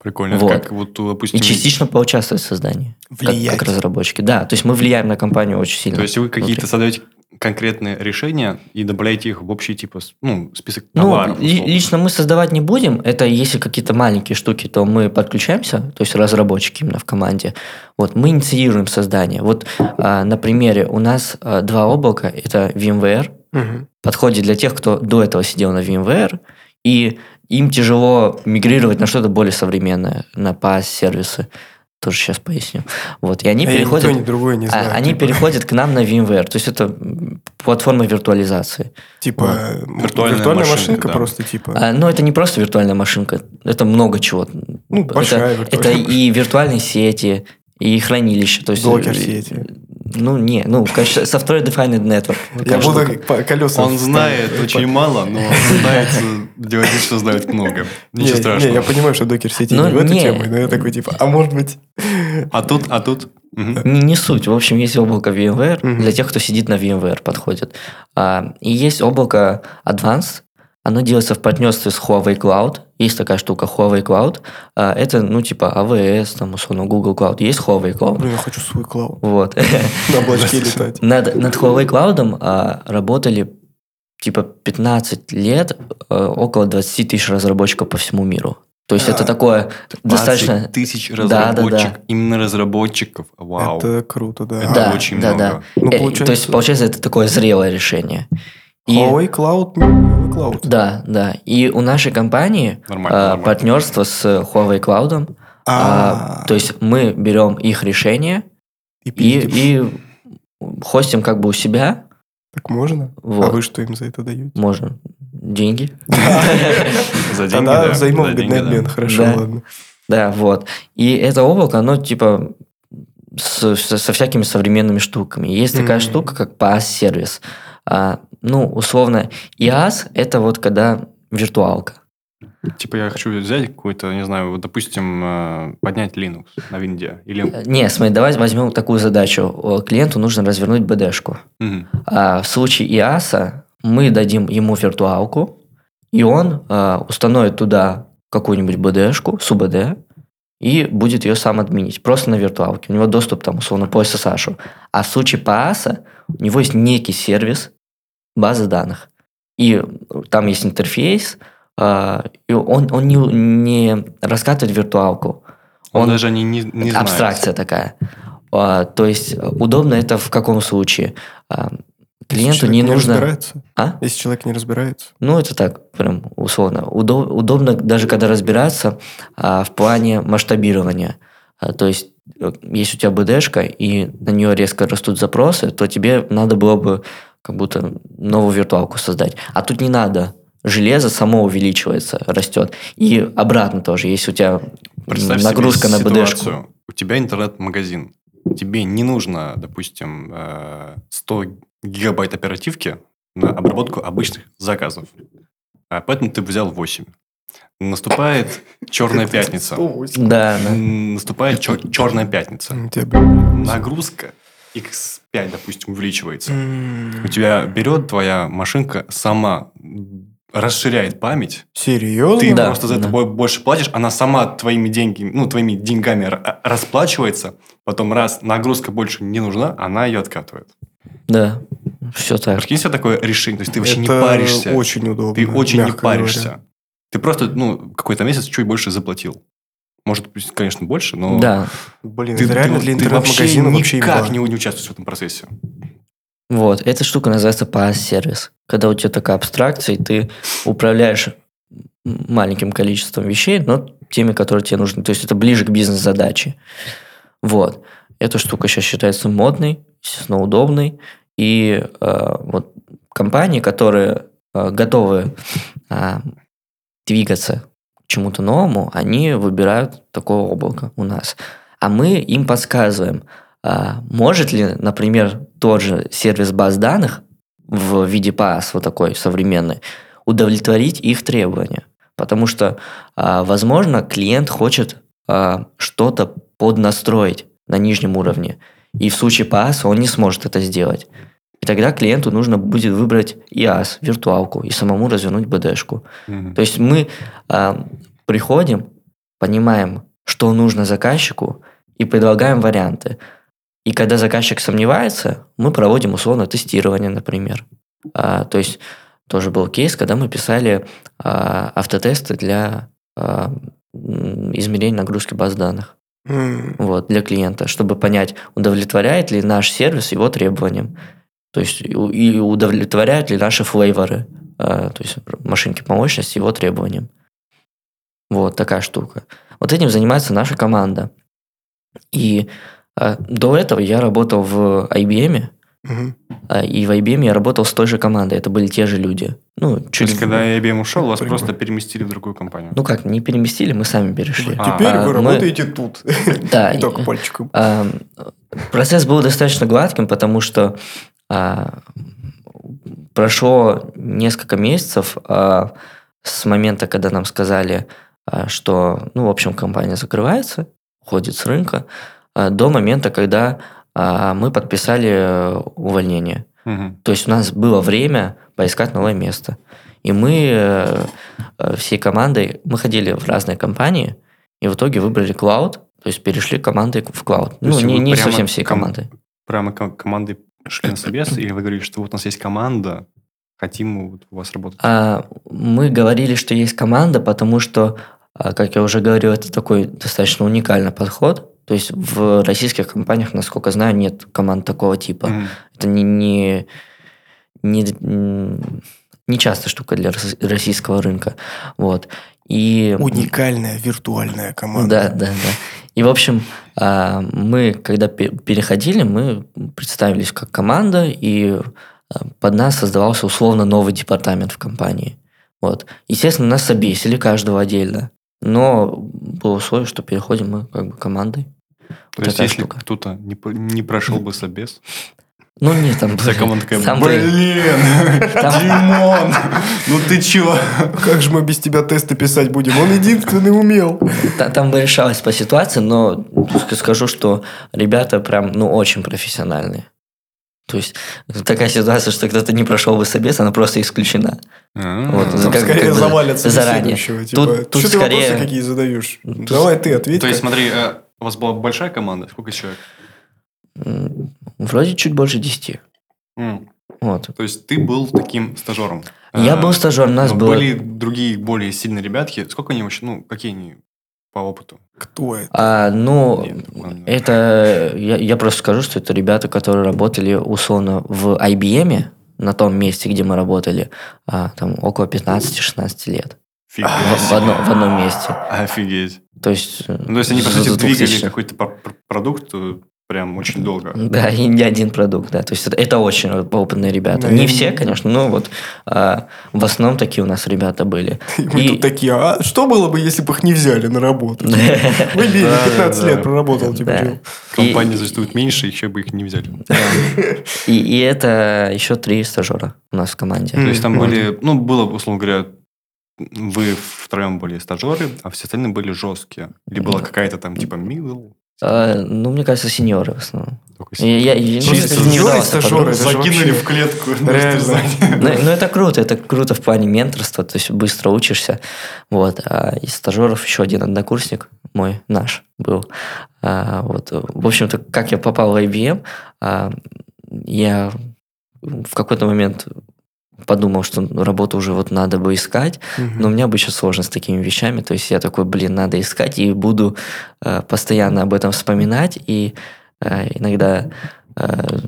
Speaker 5: Прикольно.
Speaker 4: Вот.
Speaker 5: Как вот, допустим...
Speaker 4: и частично поучаствовать в создании, как,
Speaker 1: Влиять.
Speaker 4: как разработчики. Да, то есть мы влияем на компанию очень сильно.
Speaker 5: То есть вы какие-то
Speaker 4: внутри.
Speaker 5: создаете конкретные решения и добавляете их в общий типа с- ну, список
Speaker 4: Ну,
Speaker 5: товаров.
Speaker 4: ли-
Speaker 5: условно.
Speaker 4: лично мы создавать не будем. Это если какие-то маленькие штуки, то мы подключаемся, то есть разработчики именно в команде. Вот мы инициируем создание. Вот а, на примере у нас а, два облака. Это VMware.
Speaker 1: Мгм.
Speaker 4: Подходит для тех, кто до этого сидел на VMware, и им тяжело мигрировать на что-то более современное, на PaaS сервисы. Тоже сейчас поясню. Вот и они
Speaker 1: А я ни то,
Speaker 4: переходят.
Speaker 1: ни другое не
Speaker 4: а,
Speaker 1: знаю.
Speaker 4: они
Speaker 1: типа.
Speaker 4: переходят к нам на VMware. То есть это м, платформа виртуализации.
Speaker 1: Типа,
Speaker 4: Вот.
Speaker 1: э,
Speaker 5: Виртуальная
Speaker 1: виртуальная,
Speaker 5: машинка,
Speaker 1: машинка
Speaker 5: да.
Speaker 1: просто, типа.
Speaker 4: А, Но это не просто виртуальная машинка, это много чего.
Speaker 1: ну,
Speaker 4: это-
Speaker 1: большая
Speaker 4: Это
Speaker 1: виртуальная машинка.
Speaker 4: и виртуальные сети, и хранилища. То есть,
Speaker 1: Блокер
Speaker 4: э,
Speaker 1: сети.
Speaker 4: Ну, не, ну, конечно, Software Defined Network. Вот
Speaker 1: Я
Speaker 4: эта
Speaker 1: буду
Speaker 4: штука.
Speaker 1: по колесам. типа.
Speaker 5: Он знает очень мало, но пытается делать вид, что знает много. Ничего
Speaker 1: не, не, я
Speaker 5: страшного.
Speaker 1: понимаю, что докер сети
Speaker 4: Ну,
Speaker 1: не в эту
Speaker 4: не.
Speaker 1: тему, но я такой типа, а может быть... <laughs>
Speaker 5: А тут, а тут... Мгм.
Speaker 4: Не, не суть. В общем, есть облако VMware
Speaker 1: Мгм.
Speaker 4: для тех, кто сидит на VMware, подходит. А, и есть облако Advanced. Оно делается в партнерстве с Huawei Cloud. Есть такая штука Huawei Cloud. А, Это, ну, типа AWS, там, условно, Google Cloud. Есть Huawei Cloud.
Speaker 1: Блин, я хочу свой клауд.
Speaker 4: Вот. <laughs>
Speaker 1: На
Speaker 5: <laughs>
Speaker 1: облачке летать.
Speaker 4: Над, над Huawei Cloud а, работали типа 15 лет э, около 20 тысяч разработчиков по всему миру. То есть это
Speaker 1: А,
Speaker 4: такое достаточно...
Speaker 5: тысяч
Speaker 4: Да, да, да.
Speaker 5: разработчиков. Именно разработчиков. Вау. Это,
Speaker 1: Это круто, да.
Speaker 4: Это Да,
Speaker 5: очень
Speaker 4: да,
Speaker 5: много.
Speaker 4: да.
Speaker 1: Ну,
Speaker 4: Э,
Speaker 1: получается-
Speaker 4: То есть получается это такое зрелое решение. И-
Speaker 1: Huawei Cloud, не Huawei Cloud.
Speaker 4: Да, да. И у нашей компании
Speaker 5: Нормально,
Speaker 4: э,
Speaker 5: нормально.
Speaker 4: партнерство с Huawei Cloud.
Speaker 1: А,
Speaker 4: то есть мы берем их решение
Speaker 1: и
Speaker 4: и,
Speaker 1: пиздим.
Speaker 4: и хостим как бы у себя.
Speaker 1: Так можно?
Speaker 4: Вот.
Speaker 1: А вы что им за это даете?
Speaker 4: Можно
Speaker 1: <laughs>
Speaker 4: деньги.
Speaker 5: За деньги,
Speaker 1: Тогда
Speaker 5: да, за
Speaker 1: взаимовыгодный
Speaker 5: деньги, да.
Speaker 1: обмен, хорошо,
Speaker 4: Да.
Speaker 1: ладно.
Speaker 4: Да, вот. И это облако, оно типа с- со, со всякими современными штуками. Есть такая
Speaker 1: Мгм.
Speaker 4: штука, как PaaS-сервис. А, ну, условно, IaaS – это вот когда виртуалка.
Speaker 5: Типа я хочу взять какой-то, не знаю, вот, допустим, э, поднять Linux на винде. Или...
Speaker 4: Э, Не, смотри, давай возьмем такую задачу. О, Клиенту нужно развернуть БДшку.
Speaker 5: Мгм.
Speaker 4: А в случае IaaS мы дадим ему виртуалку, и он а, установит туда какую-нибудь БДшку, СУБД, и будет ее сам отменить, просто на виртуалке. У него доступ там, условно, по SSH. А в случае PaaS у него есть некий сервис базы данных. И там есть интерфейс, а, и он, он не, не раскатывает виртуалку.
Speaker 5: Он,
Speaker 4: Он-
Speaker 5: даже о ней не, не знает.
Speaker 4: Абстракция такая. А, то есть э, удобно это в каком случае? А,
Speaker 1: Если
Speaker 4: клиенту не
Speaker 1: человек
Speaker 5: ну,
Speaker 4: нужно...
Speaker 1: разбирается.
Speaker 4: А?
Speaker 1: Если человек не разбирается.
Speaker 4: Ну, это так, прям условно. Удо- удобно даже когда разбираться а, в плане масштабирования. А, то есть, э, если у тебя БДшка, и на нее резко растут запросы, то тебе надо было бы как будто новую виртуалку создать. А тут не надо. Железо само увеличивается, растет. И обратно тоже, если у тебя
Speaker 5: Представь
Speaker 4: нагрузка
Speaker 5: себе
Speaker 4: на БДшку.
Speaker 5: ситуацию. У тебя интернет-магазин. Тебе не нужно, допустим, э, 100 гигабайт оперативки на обработку обычных заказов. А Поэтому ты взял 8. Наступает черная пятница.
Speaker 1: 108.
Speaker 4: Да, да.
Speaker 5: М, Наступает черная пятница.
Speaker 1: Тебя, блин.
Speaker 5: Нагрузка x5, допустим, увеличивается. У тебя берет твоя машинка, сама расширяет память.
Speaker 1: Серьезно?
Speaker 5: Ты
Speaker 4: Да,
Speaker 5: просто за это
Speaker 4: да.
Speaker 5: бо- больше платишь, она сама твоими деньгами, ну, твоими деньгами ра- расплачивается. Потом раз нагрузка больше не нужна, она ее откатывает.
Speaker 4: Да, все так.
Speaker 5: Прикинь себе такое решение, то есть ты вообще не
Speaker 1: Это
Speaker 5: паришься.
Speaker 1: очень удобно.
Speaker 5: ты очень не
Speaker 1: мягко говоря.
Speaker 5: паришься. Ты просто, ну, какой-то месяц чуть больше заплатил. Может быть, конечно, больше, но...
Speaker 4: Да,
Speaker 1: Блин,
Speaker 5: Ты,
Speaker 1: это реально
Speaker 5: ты-
Speaker 1: для
Speaker 5: ты вообще
Speaker 1: интернет-магазина вообще имба.
Speaker 5: никак не, не участвуешь в этом процессе.
Speaker 4: вот. Эта штука называется PaaS-сервис. Когда у тебя такая абстракция, и ты управляешь м- маленьким количеством вещей, но теми, которые тебе нужны. То есть это ближе к бизнес-задаче. Вот. Эта штука сейчас считается модной, естественно, удобной. И э, вот компании, которые э, готовы э, двигаться к чему-то новому, они выбирают такое облако у нас. А мы им подсказываем, а, может ли, например, тот же сервис баз данных в виде PaaS, вот такой современный, удовлетворить их требования. Потому что, а, возможно, клиент хочет а, что-то поднастроить на нижнем уровне. И в случае PaaS он не сможет это сделать. И тогда клиенту нужно будет выбрать IaaS, виртуалку, и самому развернуть БДшку. То есть мы а, приходим, понимаем, что нужно заказчику, и предлагаем варианты. И когда заказчик сомневается, мы проводим условно тестирование, например. А, то есть тоже был кейс, когда мы писали а, автотесты для а, м, измерения нагрузки баз данных
Speaker 1: М,
Speaker 4: вот, для клиента, чтобы понять, удовлетворяет ли наш сервис его требованиям. То есть, и у- и удовлетворяют ли наши флейворы, э, то есть машинки по мощности его требованиям. Вот такая штука. Вот этим занимается наша команда. И э, до этого я работал в IBM,
Speaker 1: мгм.
Speaker 4: э, и в IBM я работал с той же командой. Это были те же люди. Ну,
Speaker 5: То
Speaker 4: чуть
Speaker 5: есть, когда IBM ушел, вас
Speaker 1: Прикольно.
Speaker 5: просто переместили в другую компанию.
Speaker 4: Ну как, не переместили, мы сами перешли.
Speaker 5: А,
Speaker 1: Теперь
Speaker 4: а,
Speaker 1: вы
Speaker 4: мы-
Speaker 1: работаете тут.
Speaker 4: Да,
Speaker 1: И <laughs>
Speaker 4: и-
Speaker 1: только пальчиком.
Speaker 4: А, Процесс был достаточно гладким, потому что а, прошло несколько месяцев а, с момента, когда нам сказали, а, что, ну, в общем, компания закрывается, уходит с рынка, а, до момента, когда а, мы подписали э, увольнение.
Speaker 5: Мгм.
Speaker 4: То есть у нас было время поискать новое место. И мы э, э, всей командой, мы ходили в разные компании, и в итоге выбрали клауд, то есть перешли командой в клауд. Ну,
Speaker 5: есть
Speaker 4: не,
Speaker 5: вы
Speaker 4: не
Speaker 5: прямо
Speaker 4: совсем всей
Speaker 5: ком-
Speaker 4: командой.
Speaker 5: Прямо ко- командой шли на <coughs> собес, и вы говорили, что вот у нас есть команда, хотим вот у вас работать.
Speaker 4: А, мы говорили, что есть команда, потому что, а, как я уже говорил, это такой достаточно уникальный подход. То есть в российских компаниях, насколько знаю, нет команд такого типа.
Speaker 5: Мгм.
Speaker 4: Это не, не, не, м, не частая штука для рос- российского рынка. Вот. И,
Speaker 1: Уникальная виртуальная команда.
Speaker 4: да, да, да. И, в общем, а, мы, когда пе- переходили, мы представились как команда, и а, под нас создавался условно новый департамент в компании. Вот. Естественно, нас собесили каждого отдельно, но было условие, что переходим мы как бы командой.
Speaker 5: То
Speaker 4: Вот
Speaker 5: есть,
Speaker 4: такая
Speaker 5: если
Speaker 4: штука.
Speaker 5: кто-то не, по- не прошел бы <laughs> собес,
Speaker 4: Ну, нет, там...
Speaker 5: вся команда такая,
Speaker 4: сам ты-
Speaker 5: блин,
Speaker 4: Там-
Speaker 5: Димон, ну ты <laughs> чего?
Speaker 1: <laughs> Как же мы без тебя тесты писать будем? Он единственный умел.
Speaker 5: Ну,
Speaker 4: Та- Там бы решалось по ситуации, но ск- скажу, что ребята прям, ну, очень профессиональные. То есть ну, такая ситуация, что кто-то не прошел бы собес, она просто исключена.
Speaker 5: А,
Speaker 4: Вот,
Speaker 1: Там
Speaker 4: Как-
Speaker 1: скорее
Speaker 4: как бы
Speaker 1: завалятся
Speaker 4: заранее.
Speaker 1: следующего.
Speaker 4: Тут-
Speaker 1: Типа,
Speaker 4: тут
Speaker 1: что ты вопросы
Speaker 4: скорее-
Speaker 1: какие задаешь?
Speaker 4: Тут-
Speaker 1: Давай ты ответь.
Speaker 5: То есть, смотри, э, у вас была большая команда, сколько человек?
Speaker 4: М, Вроде чуть больше 10.
Speaker 5: М,
Speaker 4: Вот.
Speaker 5: То есть, ты был таким стажером.
Speaker 4: Я
Speaker 5: Э,
Speaker 4: был стажером, нас
Speaker 5: но
Speaker 4: было...
Speaker 5: Были другие более сильные ребятки. Сколько они вообще, ну, какие они по опыту?
Speaker 1: кто это? <laughs>
Speaker 4: А, ну,
Speaker 5: Нет, ладно.
Speaker 4: это... Я, я просто скажу, что это ребята, которые работали условно в IBM, на том месте, где мы работали, а, там около 15-16 лет. В,
Speaker 5: Офигеть.
Speaker 4: в одно- в одном месте.
Speaker 5: <laughs> Офигеть.
Speaker 4: То есть... э,
Speaker 5: Ну, то есть, они, по
Speaker 4: с-
Speaker 5: сути,
Speaker 4: с
Speaker 5: двигали
Speaker 4: 2000-х.
Speaker 5: какой-то пр- пр- продукт э, прям очень долго.
Speaker 4: Да, и не один продукт, да. То есть это, это очень опытные ребята.
Speaker 1: Да,
Speaker 4: не
Speaker 1: и-
Speaker 4: все, конечно, но вот а, в основном такие у нас ребята были.
Speaker 1: И мы
Speaker 4: и-
Speaker 1: тут такие, а что было бы, если бы их не взяли на работу? Вы Бенни,
Speaker 5: Да,
Speaker 1: 15
Speaker 5: да.
Speaker 1: лет проработал, типа,
Speaker 4: <laughs> Да.
Speaker 1: чел.
Speaker 5: Компания существует меньше, еще бы их не взяли.
Speaker 4: Да. И, и это еще три стажера у нас в
Speaker 5: То
Speaker 4: команде.
Speaker 5: есть там
Speaker 1: Мгм.
Speaker 5: были, ну, было, условно говоря, вы втроем были стажеры, а все остальные были жесткие. Или была какая-то там типа middle.
Speaker 4: А, ну, мне кажется, сеньоры в основном.
Speaker 5: такой
Speaker 4: И Я, я- я
Speaker 1: Чисто
Speaker 4: не
Speaker 1: стажеры,
Speaker 4: вдавался
Speaker 1: стажеры,
Speaker 4: подробно.
Speaker 1: это же вообще-
Speaker 4: <laughs>
Speaker 5: клетку.
Speaker 1: Реально.
Speaker 4: Ну, ну, это круто, это круто в плане менторства, то есть быстро учишься. Вот. А из стажеров еще один однокурсник мой, наш, был. А, вот. В общем-то, как я попал в IBM, а, я в какой-то момент подумал, что работу уже вот надо бы искать, но у меня обычно сложно с такими вещами, то есть я такой, блин, надо искать, и буду э, постоянно об этом вспоминать, и э, иногда э,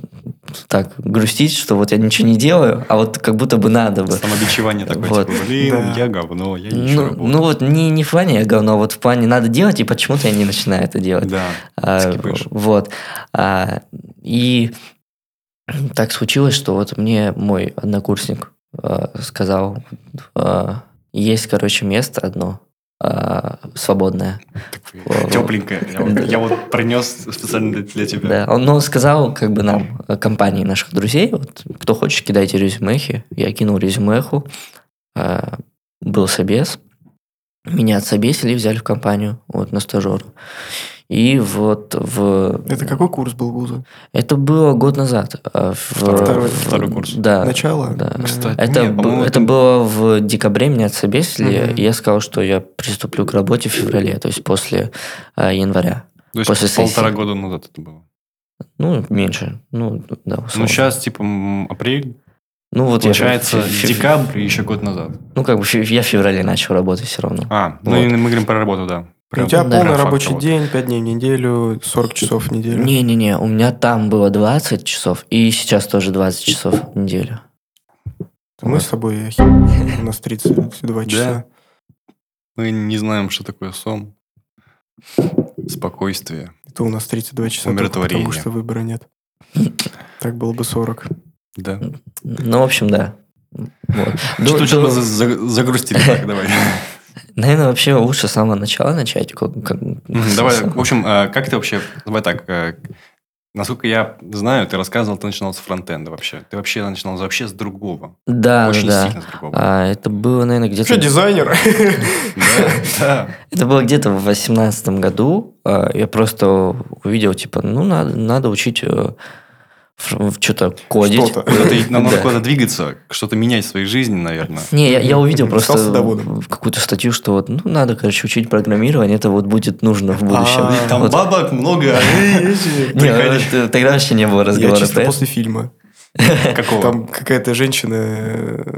Speaker 4: так грустить, что вот я ничего не делаю, а вот как будто бы надо бы.
Speaker 5: Самобичевание такое,
Speaker 4: Вот.
Speaker 5: типа, блин,
Speaker 1: Да.
Speaker 5: я говно, я не
Speaker 4: Ну, ну вот не, не в плане я говно, вот в плане надо делать, и почему-то я не начинаю это делать.
Speaker 5: Да,
Speaker 4: А,
Speaker 5: Скипаешь.
Speaker 4: вот. А, и так случилось, что вот мне мой однокурсник а, сказал, а, есть, короче, место одно а, свободное. О.
Speaker 5: тепленькое. Я вот- Я вот принес специально для- для тебя.
Speaker 4: Да, он, но он сказал как бы нам, э, компании наших друзей, вот, кто хочет, кидайте резюмехи. Я кинул резюмеху, э, был собес, меня отсобесили и взяли в компанию, вот, на стажера. И вот в...
Speaker 1: Это какой курс был вуза?
Speaker 4: Это было год назад. э, в-
Speaker 1: Второй-
Speaker 4: в-
Speaker 5: второй курс.
Speaker 4: Да.
Speaker 1: Начало?
Speaker 4: да.
Speaker 1: Мгм.
Speaker 5: Кстати.
Speaker 4: Это,
Speaker 5: Не,
Speaker 4: б-
Speaker 5: по-моему,
Speaker 4: это
Speaker 5: это-
Speaker 4: было в декабре, меня отсобесили,
Speaker 1: Мгм.
Speaker 4: и я сказал, что я приступлю к работе в феврале, то есть после э, января.
Speaker 5: То есть
Speaker 4: После сессии.
Speaker 5: полтора года назад это было.
Speaker 4: Ну, меньше. Ну, да,
Speaker 5: Ну,
Speaker 4: условно.
Speaker 5: сейчас, типа, м, апрель,
Speaker 4: Ну, вот я-
Speaker 5: получается,
Speaker 4: фе- фе-
Speaker 5: декабрь и еще год назад.
Speaker 4: Ну, как бы фе- я в феврале начал работать все равно.
Speaker 5: А, ну,
Speaker 4: Вот.
Speaker 5: и мы говорим про работу, да. Про-
Speaker 1: Ну, У тебя
Speaker 5: про
Speaker 1: полный
Speaker 5: факт
Speaker 1: рабочий
Speaker 5: работы.
Speaker 1: день, 5 дней в неделю, 40 часов в неделю.
Speaker 4: Не-не-не, у меня там было 20 часов, и сейчас тоже 20 часов в неделю.
Speaker 1: Мы с тобой я хер, у нас 32 часа.
Speaker 5: Мы не знаем, что такое сон. Спокойствие.
Speaker 1: Это у нас 32 часа только
Speaker 5: Умиротворение.
Speaker 1: потому, что выбора нет. Так было бы 40.
Speaker 5: Да.
Speaker 4: Ну, в общем, да. Вот. До-
Speaker 5: Что-то
Speaker 4: до-
Speaker 5: мы за- за- загрустили. Так, <laughs> давай.
Speaker 4: Наверное, вообще лучше с самого начала начать. как- как-
Speaker 5: Мгм, Ну, Давай, в общем, э, как ты вообще... Давай так. э, Насколько я знаю, ты рассказывал, ты начинал с фронтенда вообще. Ты вообще начинал вообще с другого.
Speaker 4: Да,
Speaker 5: Очень
Speaker 4: А, ну да.
Speaker 5: сильно с другого.
Speaker 4: А, это было, наверное, где-то...
Speaker 1: Что, дизайнер?
Speaker 5: Да,
Speaker 4: <laughs>
Speaker 5: да.
Speaker 4: Это было где-то в восемнадцатом году. А, Я просто увидел, типа, ну, надо, надо учить э, в- в что-то кодить.
Speaker 1: Что-то.
Speaker 5: Куда-то-
Speaker 4: <laughs>
Speaker 5: Нам надо
Speaker 4: Да.
Speaker 5: куда-то двигаться, что-то менять в своей жизни, наверное.
Speaker 4: Не, я, я увидел
Speaker 1: Стал
Speaker 4: просто
Speaker 1: садоводом.
Speaker 4: в- какую-то статью, что вот, ну, надо, короче, учить программирование, это вот будет нужно в будущем.
Speaker 1: А,
Speaker 5: Там
Speaker 4: Вот.
Speaker 5: бабок много, а ты ешь,
Speaker 4: Не,
Speaker 5: приходи.
Speaker 4: вот, э, тогда вообще не было
Speaker 1: Я
Speaker 4: разговора. про
Speaker 1: чисто
Speaker 4: это.
Speaker 1: после фильма.
Speaker 4: <laughs>
Speaker 5: Какого?
Speaker 1: Там какая-то женщина... э,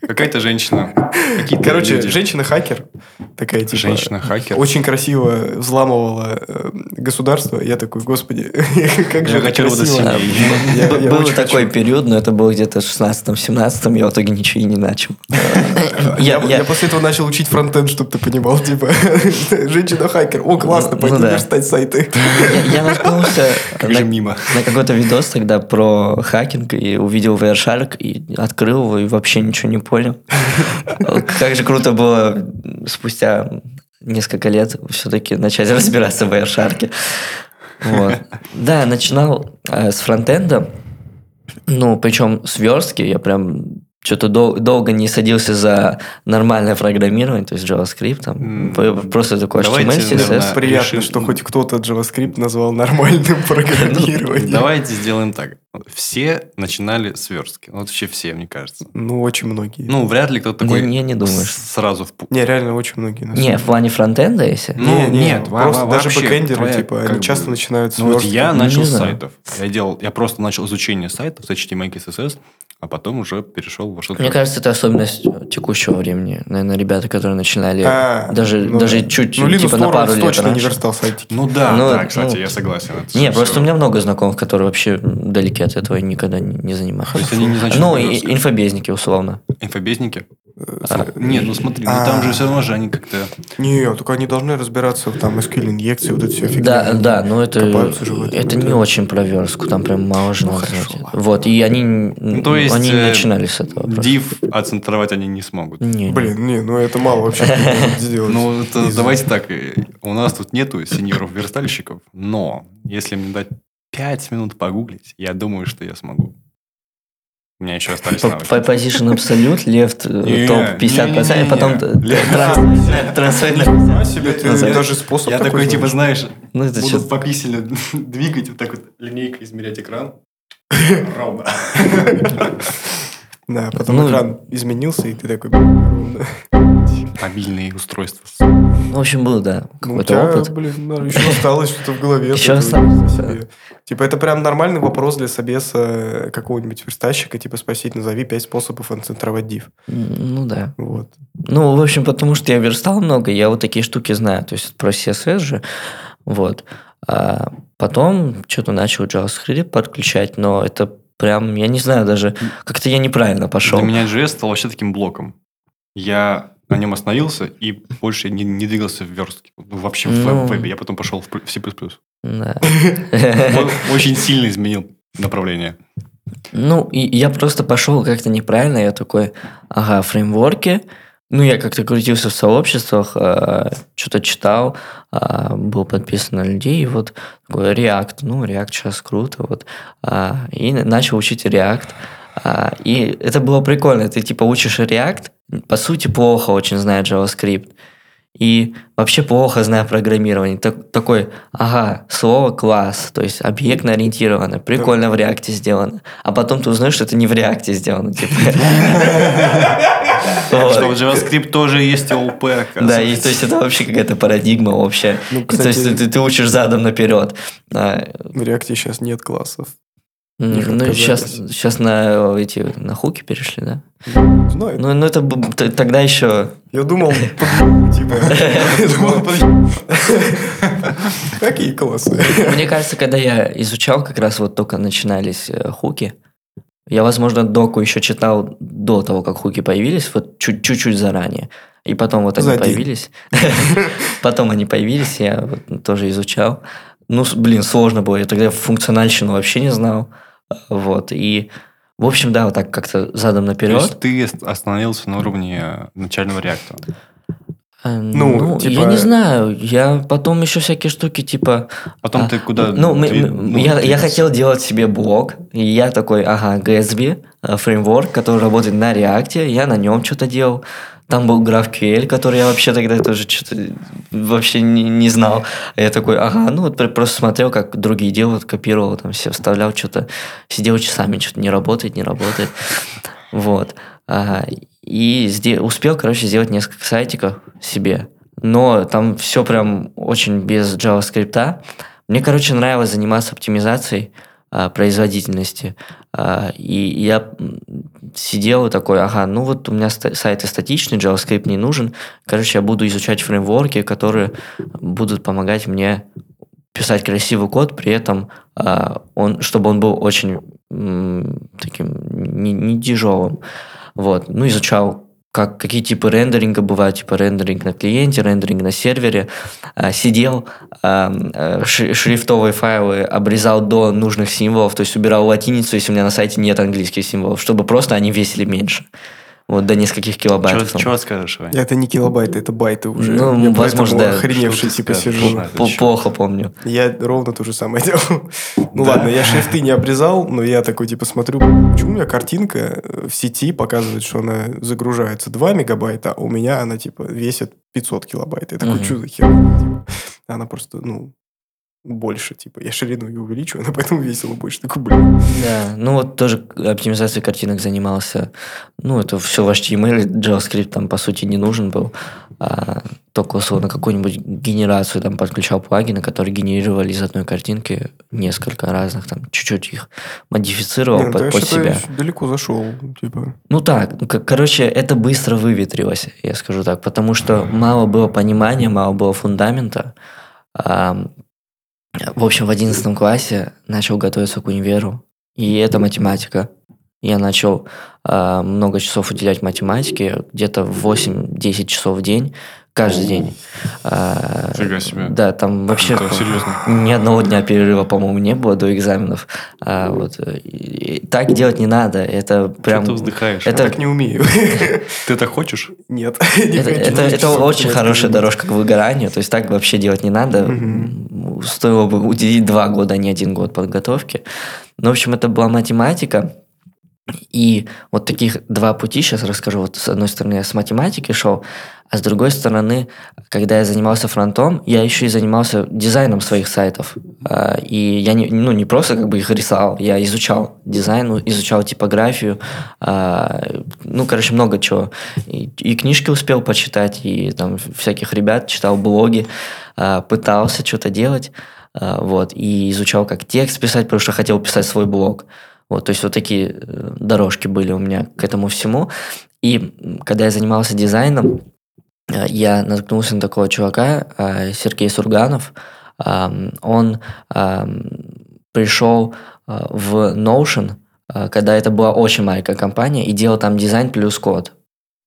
Speaker 5: Какая-то женщина. Какие-то
Speaker 1: э, Короче,
Speaker 5: люди.
Speaker 1: женщина-хакер. Такая типа...
Speaker 5: Женщина-хакер.
Speaker 1: Очень красиво взламывала э, государство. Я такой, господи, <laughs> как же
Speaker 5: Я
Speaker 1: это
Speaker 5: хочу рода
Speaker 1: красиво.
Speaker 4: Да,
Speaker 5: семьи.
Speaker 4: А, б-
Speaker 1: Я-
Speaker 4: б-
Speaker 1: я
Speaker 4: Был
Speaker 1: очень
Speaker 4: такой
Speaker 1: хочу.
Speaker 4: период, но это было где-то в 16-17, я в итоге ничего и не начал.
Speaker 1: <laughs> Я,
Speaker 4: Я-
Speaker 1: я
Speaker 4: я-
Speaker 1: после этого начал учить фронтенд, чтобы ты понимал, типа, <laughs> женщина-хакер. О, классно,
Speaker 4: Ну
Speaker 1: пойду
Speaker 4: да.
Speaker 1: верстать сайты.
Speaker 4: я- Я наткнулся
Speaker 5: Как же
Speaker 4: на-
Speaker 5: мимо.
Speaker 4: на какой-то видос тогда про хакинг и увидел VR-шарик и открыл его и вообще ничего не понял. Как же круто было спустя несколько лет все-таки начать разбираться в VR-шарке. Вот. Да, я начинал э, с фронтенда, ну, причем с верстки, я прям что-то долго не садился за нормальное программирование, то есть JavaScript, там,
Speaker 5: М.
Speaker 4: п- просто такой HTML,
Speaker 5: Давайте,
Speaker 4: CSS.
Speaker 5: наверное,
Speaker 1: Приятно,
Speaker 5: решил-
Speaker 1: что хоть кто-то JavaScript назвал нормальным <laughs> программированием.
Speaker 5: <laughs> Давайте сделаем так. Все начинали с верстки. Вот вообще все, мне кажется.
Speaker 1: Ну, очень многие.
Speaker 5: Ну, вряд ли кто-то
Speaker 4: Не-
Speaker 5: такой
Speaker 4: не, не думаю,
Speaker 5: с-
Speaker 4: что-
Speaker 5: сразу в пу-
Speaker 1: Не, реально очень многие. на
Speaker 4: Не,
Speaker 1: самом
Speaker 4: в плане фронтенда, если...
Speaker 5: Ну,
Speaker 1: деле. Не, не,
Speaker 5: нет, во-
Speaker 1: просто
Speaker 5: во-
Speaker 1: даже
Speaker 5: вообще
Speaker 1: бэкэндеры,
Speaker 5: твоя,
Speaker 1: типа,
Speaker 5: как
Speaker 1: они
Speaker 5: бы,
Speaker 1: часто начинают с
Speaker 5: Ну, вот
Speaker 1: верстки.
Speaker 5: я
Speaker 4: Ну,
Speaker 5: начал
Speaker 4: не
Speaker 5: с
Speaker 4: знаю.
Speaker 5: сайтов. Я делал, я просто начал с изучения сайтов, с HTML, CSS, а потом уже перешел во что-то.
Speaker 4: Мне кажется, это особенность э, текущего времени. Наверное, ребята, которые начинали
Speaker 1: А,
Speaker 4: даже,
Speaker 1: ну
Speaker 4: даже
Speaker 1: да.
Speaker 4: чуть,
Speaker 1: Ну, Linux
Speaker 4: типа на
Speaker 1: Torvalds
Speaker 4: пару лет
Speaker 1: точно не
Speaker 4: раньше.
Speaker 1: верстал сайтики.
Speaker 5: Ну да,
Speaker 4: Ну,
Speaker 5: да, кстати,
Speaker 4: ну,
Speaker 5: я согласен. это
Speaker 4: Не,
Speaker 5: всё-
Speaker 4: просто у меня много знакомых, которые вообще далеки от этого и никогда не, не занимались.
Speaker 5: То есть они не значат
Speaker 4: ну,
Speaker 5: плюс.
Speaker 4: и- инфобезники, условно.
Speaker 5: Инфобезники?
Speaker 1: А,
Speaker 5: Нет, ну смотри, ну там же все равно же они как-то...
Speaker 1: Не, только они должны разбираться, там, SQL инъекции, вот это все
Speaker 4: Да, да, но это,
Speaker 1: Копаются же в этом,
Speaker 4: это
Speaker 1: да. Ну,
Speaker 4: не очень про верстку, там прям мало же надо
Speaker 1: хорошо,
Speaker 4: знать.
Speaker 1: ладно.
Speaker 4: Вот, и они,
Speaker 5: Ну, то есть...
Speaker 4: они
Speaker 5: э,
Speaker 4: начинали с этого. просто.
Speaker 5: Див оцентровать они не смогут.
Speaker 4: Не, не.
Speaker 1: Блин, не, ну это мало
Speaker 4: <laughs>
Speaker 1: вообще что сделать.
Speaker 5: Ну, это
Speaker 1: Из-
Speaker 5: давайте так, э, у нас тут нету сеньоров-верстальщиков, но если мне дать 5 минут погуглить, я думаю, что я смогу. У меня еще остались
Speaker 4: П-
Speaker 5: навыки.
Speaker 4: п- Position Absolute, left,
Speaker 5: Не,
Speaker 4: э, топ 50%,
Speaker 5: не-не-не-не.
Speaker 4: потом т-
Speaker 5: Left.
Speaker 4: транс- трансфер <laughs> на
Speaker 1: Нифига себе, ты
Speaker 5: Я-
Speaker 1: даже способ
Speaker 5: Я такой, типа,
Speaker 1: знаешь.
Speaker 5: знаешь,
Speaker 4: Ну, это
Speaker 5: буду
Speaker 4: чё-
Speaker 5: пописельно <laughs> двигать, вот так вот линейкой измерять экран. Ровно.
Speaker 1: Да, потом
Speaker 4: Ну,
Speaker 1: экран изменился, и ты такой... ну, «Блин,
Speaker 5: Мобильные устройства.
Speaker 4: В общем, был, да,
Speaker 1: Ну, у
Speaker 4: какой-то
Speaker 1: тебя,
Speaker 4: опыт.
Speaker 1: блин, да, еще осталось что-то в голове.
Speaker 4: Ещё
Speaker 1: ты
Speaker 4: осталось,
Speaker 1: думаешь
Speaker 4: да.
Speaker 1: себе. Типа, это прям нормальный вопрос для собеса э, какого-нибудь верстальщика, типа, спросить, назови пять способов анцентровать див.
Speaker 4: М, Ну да.
Speaker 1: Вот.
Speaker 4: Ну, в общем, потому что я верстал много, я вот такие штуки знаю. То есть про CSS же. Вот. А потом что-то начал JavaScript подключать, но это прям, я не знаю, даже как-то я неправильно пошел.
Speaker 5: Для меня JS стал вообще таким блоком. Я на нем остановился и больше не, не двигался в верстке. Ну, Вообще в
Speaker 4: Ну.
Speaker 5: веб- вебе. Я потом пошел в пр- в C++.
Speaker 4: Да. <laughs>
Speaker 5: Он Очень сильно изменил направление.
Speaker 4: Ну, и я просто пошел как-то неправильно, я такой, ага, фреймворки. Ну, я как-то крутился в сообществах, что-то читал, а, был подписан на людей, и вот такой React, ну, React сейчас круто, вот. А, И на- начал учить React. А, И это было прикольно, ты типа учишь React, по сути, плохо очень зная JavaScript. И вообще плохо знаю программирование. Так- такой, ага, слово класс, то есть объектно ориентировано, прикольно в реакте сделано. А потом ты узнаешь, что это не в реакте сделано. типа. Вот.
Speaker 5: Что в JavaScript тоже есть ООП,
Speaker 4: Да, и то есть это вообще какая-то парадигма общая.
Speaker 1: Ну,
Speaker 4: И
Speaker 1: кстати-
Speaker 4: то есть ты, ты учишь задом наперед. А,
Speaker 1: В реакте сейчас нет классов. них
Speaker 4: м, ну, сейчас,
Speaker 1: отказались.
Speaker 4: сейчас на э, эти на хуки перешли, да?
Speaker 1: Знаю.
Speaker 4: Ну, ну это б- т- тогда еще...
Speaker 1: Я думал, под- типа, я думал, под- какие классы.
Speaker 4: Мне кажется, когда я изучал, как раз вот только начинались э, хуки, я, возможно, доку еще читал до того, как хуки появились, вот чуть- чуть-чуть заранее. И потом вот они
Speaker 1: За день.
Speaker 4: появились. <laughs> Потом они появились, я вот тоже изучал. Ну, с- блин, сложно было. Я тогда функциональщину вообще не знал. Вот. И, в общем, да, вот так как-то задом наперед.
Speaker 5: ты ост- остановился на уровне э, начального реактора.
Speaker 4: Э,
Speaker 1: ну,
Speaker 4: Ну,
Speaker 1: типа-
Speaker 4: я не знаю. Я потом еще всякие штуки, типа,
Speaker 5: Потом
Speaker 4: А,
Speaker 5: ты куда?
Speaker 4: Ну, мы-
Speaker 5: дви-
Speaker 4: мы-
Speaker 5: ну,
Speaker 4: я, я
Speaker 5: двигался?
Speaker 4: хотел делать себе блог, и я такой, ага, Gatsby, э, фреймворк, который работает на React, я на нем что-то делал. Там был граф QL, который я вообще тогда тоже что-то вообще не, не знал. А Я такой, ага, ну вот пр- просто смотрел, как другие делают, копировал, там все вставлял что-то, сидел часами, что-то не работает, не работает. Вот. А, И сде- успел, короче, сделать несколько сайтиков себе. Но там все прям очень без JavaScript. Мне, короче, нравилось заниматься оптимизацией а, производительности. А, И я м, сидел и такой, ага, ну вот у меня ста- сайты статичные, JavaScript не нужен. Короче, я буду изучать фреймворки, которые будут помогать мне писать красивый код, при этом а, он, чтобы он был очень м, таким не, не тяжелым. Вот. Ну, изучал, как, какие типы рендеринга бывают, типа рендеринг на клиенте, рендеринг на сервере. А, сидел, а, э, шри- шрифтовые файлы обрезал до нужных символов, то есть убирал латиницу, если у меня на сайте нет английских символов, чтобы просто они весили меньше. Вот до нескольких килобайтов. там.
Speaker 5: Чего скажешь, Вань?
Speaker 1: Это не килобайты, это байты уже.
Speaker 4: Ну,
Speaker 1: Я
Speaker 4: возможно,
Speaker 1: поэтому
Speaker 4: да.
Speaker 1: охреневший
Speaker 5: Шутка,
Speaker 1: типа
Speaker 5: да,
Speaker 1: сижу.
Speaker 5: поздно.
Speaker 4: По- Плохо помню.
Speaker 1: Я ровно то же самое делал. Ну ладно, я шрифты не обрезал, но я такой типа смотрю, почему у меня картинка э, в сети показывает, что она загружается 2 мегабайта, а у меня она типа весит 500 килобайт. Я такой,
Speaker 4: Мгм.
Speaker 1: что за херня? Типа, Она просто, ну, больше, типа. Я ширину ее увеличиваю, она поэтому весила больше. Такой, блин.
Speaker 4: Да, ну вот тоже оптимизацией картинок занимался. Ну, это все в HTML, JavaScript там, по сути, не нужен был. А, только условно какую-нибудь генерацию там подключал плагины, которые генерировали из одной картинки несколько разных, там чуть-чуть их модифицировал
Speaker 1: Не, ну,
Speaker 4: под,
Speaker 1: я
Speaker 4: под
Speaker 1: что-то
Speaker 4: себя.
Speaker 1: далеко зашел, типа.
Speaker 4: Ну так, ну, к- короче, это быстро выветрилось, я скажу так, потому что мало было понимания, мало было фундамента. Ам, В общем, в 11 классе начал готовиться к универу, и это математика. Я начал а, много часов уделять математике, где-то 8-10 часов в день, каждый день. А,
Speaker 5: Фига себе.
Speaker 4: Да, там вообще...
Speaker 5: Это серьезно.
Speaker 4: Ни одного дня перерыва, по-моему, не было до экзаменов. А, вот, э, и- и так делать не надо. Это
Speaker 5: Прям
Speaker 4: прям...
Speaker 5: ты вздыхаешь.
Speaker 4: это-
Speaker 1: Так не умею. <laughs>
Speaker 5: Ты так хочешь?
Speaker 1: Нет.
Speaker 4: Это, это, это очень хорошая дорожка к выгоранию, то есть так вообще делать не надо.
Speaker 1: Мгм.
Speaker 4: Стоило бы уделить два года, а не один год подготовки. Ну, в общем, это была математика. И вот таких два пути сейчас расскажу. Вот с одной стороны я с математики шел, а с другой стороны, когда я занимался фронтом, я еще и занимался дизайном своих сайтов. А, И я не, ну, не просто как бы их рисовал, я изучал дизайн, ну, изучал типографию, а, ну, короче, много чего. И, и книжки успел почитать, и там всяких ребят читал блоги, а, пытался что-то делать, а, вот, и изучал, как текст писать, потому что хотел писать свой блог. Вот, то есть вот такие э, дорожки были у меня к этому всему. И м, когда я занимался дизайном, э, я наткнулся на такого чувака, э, Сергей Сурганов. Ам, Он ам, пришел э, в Notion, э, когда это была очень маленькая компания, и делал там дизайн плюс код.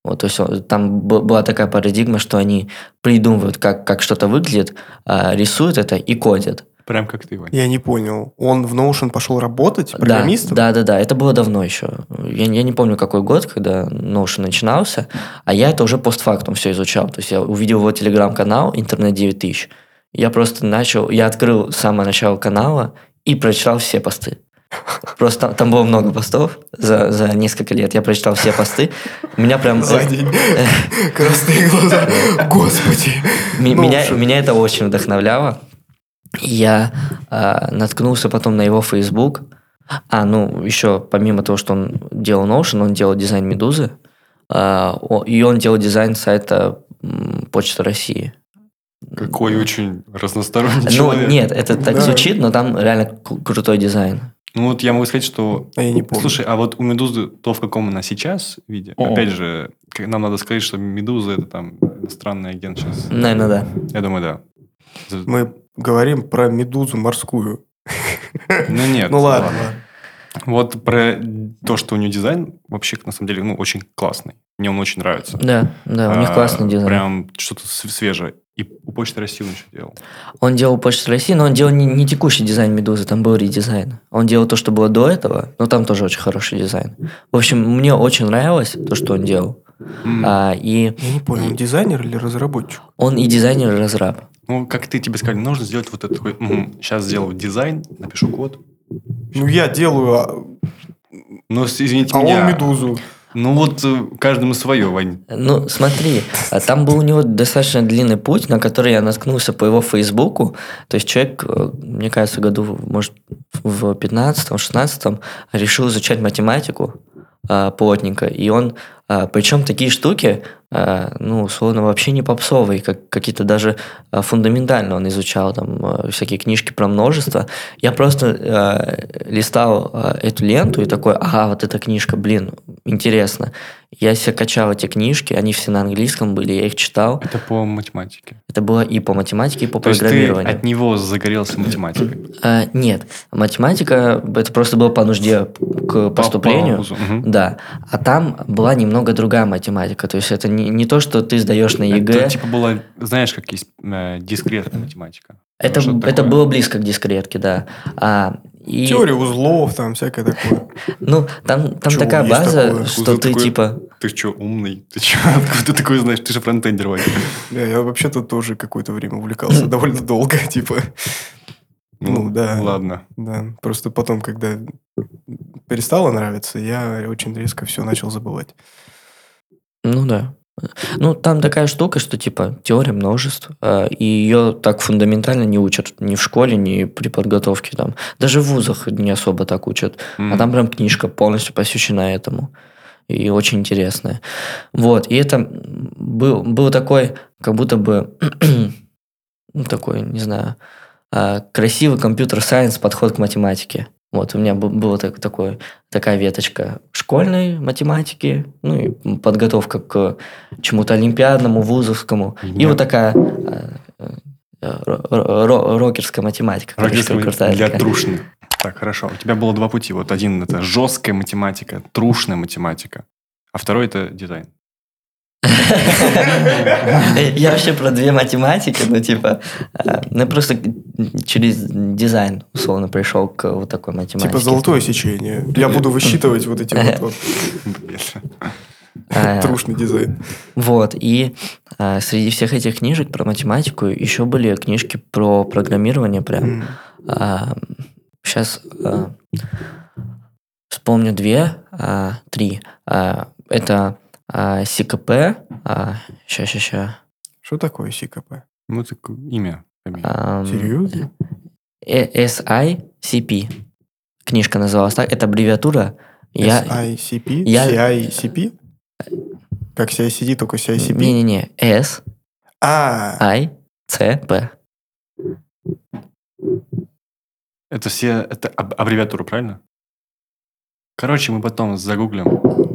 Speaker 4: Вот, то есть он- там б- была такая парадигма, что они придумывают, как, как что-то выглядит, э, рисуют это и кодят.
Speaker 5: Прям как ты, Вань.
Speaker 1: Я не понял. Он в Notion пошел работать
Speaker 4: Да,
Speaker 1: программистом?
Speaker 4: да, да, да, это было давно еще. Я, я не помню, какой год, когда Notion начинался, а я это уже постфактум все изучал. То есть я увидел его телеграм-канал «Интернет 9000». Я просто начал, я открыл самое начало канала и прочитал все посты. Просто там, там было много постов за, за несколько лет. Я прочитал все посты. Меня прям...
Speaker 1: За день. <laughs> Красные глаза. Господи.
Speaker 4: э. Ми-
Speaker 1: Ну,
Speaker 4: меня,
Speaker 1: в общем.
Speaker 4: меня это очень вдохновляло. Я э, наткнулся потом на его Facebook. А, ну, еще помимо того, что он делал Notion, он делал дизайн «Медузы». э, о- и он делал дизайн сайта м, Почта России.
Speaker 5: Какой очень разносторонний
Speaker 4: Ну,
Speaker 5: человек.
Speaker 4: нет, это так
Speaker 1: Да.
Speaker 4: звучит, но там реально кру- крутой дизайн.
Speaker 5: Ну вот я могу сказать, что...
Speaker 1: А я не помню.
Speaker 5: Слушай, а вот у «Медузы» то, в каком она сейчас виде,
Speaker 4: О.
Speaker 5: опять же, к- нам надо сказать, что «Медуза» — это там иностранный агент сейчас.
Speaker 4: Наверное, да.
Speaker 5: Я думаю, да. За-
Speaker 4: Ну,
Speaker 1: Мы говорим про медузу морскую.
Speaker 5: Ну нет.
Speaker 1: Ну ладно.
Speaker 5: Вот про то, что у нее дизайн вообще, на самом деле, ну, очень классный. Мне он очень нравится.
Speaker 4: Да, да, у них
Speaker 5: А,
Speaker 4: классный дизайн.
Speaker 5: Прям что-то св- свежее. И у Почты России он еще делал.
Speaker 4: Он делал Почту России, но он делал не, не текущий дизайн Медузы, там был редизайн. Он делал то, что было до этого, но там тоже очень хороший дизайн. В общем, мне очень нравилось то, что он делал.
Speaker 5: М.
Speaker 4: А, и
Speaker 1: Я не понял, он дизайнер или разработчик?
Speaker 4: он и дизайнер, и разраб.
Speaker 5: Ну, как ты тебе сказали, нужно сделать вот это. такой, «М, Сейчас сделаю дизайн, напишу код.
Speaker 1: Ну, я делаю, а-
Speaker 5: Ну, с- извините
Speaker 1: а он
Speaker 5: меня.
Speaker 1: медузу.
Speaker 5: Ну вот э, каждому свое, Вань.
Speaker 4: Ну, смотри, а там был у него достаточно длинный путь, на который я наткнулся по его Фейсбуку. То есть человек, э, мне кажется, году, может, в 15-16 решил изучать математику а, плотненько. И он, а, причем такие штуки, а, ну, условно, вообще не попсовые, как какие-то даже а, фундаментально он изучал, там, а, всякие книжки про множество. Я просто а, листал а, эту ленту и такой, ага, вот эта книжка, блин, интересно. Я себе качал эти книжки, они все на английском были, я их читал.
Speaker 5: Это по математике.
Speaker 4: Это было и по математике, и по
Speaker 5: То есть ты
Speaker 4: программированию.
Speaker 5: от него загорелся математикой.
Speaker 4: А, нет, математика, это просто было по нужде к
Speaker 5: По- по
Speaker 4: поступлению.
Speaker 5: вузу. Мгм.
Speaker 4: Да, а там была немного другая математика, то есть это не, не то, что ты сдаешь на ЕГЭ,
Speaker 5: Это
Speaker 4: это,
Speaker 5: типа было, знаешь, как есть э, дискретная математика.
Speaker 4: это,
Speaker 5: Что-то такое.
Speaker 4: было близко к дискретке, да. А, и,
Speaker 1: Теория узлов, там всякое такое.
Speaker 4: Ну, там, там
Speaker 1: Чё,
Speaker 4: такая
Speaker 1: есть
Speaker 4: база,
Speaker 1: такое?
Speaker 4: что
Speaker 5: Узел
Speaker 4: ты
Speaker 5: такой?
Speaker 4: типа...
Speaker 5: Ты что, умный? Ты что, <laughs> откуда ты такое знаешь? Ты же фронтендер, Вань.
Speaker 1: Да, я вообще-то тоже какое-то время
Speaker 4: <laughs>
Speaker 1: увлекался довольно долго, типа. <laughs> Ну, да.
Speaker 5: Ладно.
Speaker 1: Да, просто потом, когда перестало нравиться, я очень резко все начал забывать.
Speaker 4: Ну да. Ну, там такая штука, что типа теория множеств, э, и ее так фундаментально не учат ни в школе, ни при подготовке там. Даже в вузах не особо так учат. А там прям книжка полностью посвящена этому. И очень интересная. Вот. И это был, был такой, как будто бы <clears throat> ну, такой, не знаю, а, красивый компьютер-сайенс подход к математике. Вот, у меня бу- была так, такой, такая веточка школьной математики, ну и подготовка к чему-то олимпиадному, вузовскому. И
Speaker 5: Меня-
Speaker 4: вот такая а, э, ро- ро- ро- рокерская математика. короче,
Speaker 5: Родителям
Speaker 4: крутая
Speaker 5: для
Speaker 4: такая.
Speaker 5: трушных. Так, хорошо. У тебя было два пути. Вот один это жесткая математика, трушная математика. А второй это дизайн. <laughs>
Speaker 4: <laughs> Я вообще про две математики, ну, типа, э, ну, просто через дизайн, условно, пришел к вот такой математике.
Speaker 1: Типа золотое сечение. Я буду высчитывать вот эти вот,
Speaker 4: <laughs>
Speaker 1: вот
Speaker 5: Блин.
Speaker 4: Э,
Speaker 1: трушный
Speaker 4: <laughs>
Speaker 1: дизайн.
Speaker 4: Вот, и э, среди всех этих книжек про математику еще были книжки про программирование прям. Э,
Speaker 1: М.
Speaker 4: сейчас вспомню две, а, три. А, это а, СКП, э, сейчас, сейчас, сейчас.
Speaker 1: Что такое СКП?
Speaker 5: Ну, это имя.
Speaker 4: А.
Speaker 5: фамилия.
Speaker 4: Эм,
Speaker 1: Серьезно?
Speaker 4: SICP. Книжка называлась так. Это аббревиатура.
Speaker 1: А
Speaker 4: Я...
Speaker 1: SICP?
Speaker 4: я-
Speaker 1: CICP? Как CICD, только CICP?
Speaker 4: Не-не-не. S,
Speaker 1: А,
Speaker 4: I, C, P.
Speaker 5: Это все... Это аб- аббревиатура, правильно? Короче, мы потом загуглим.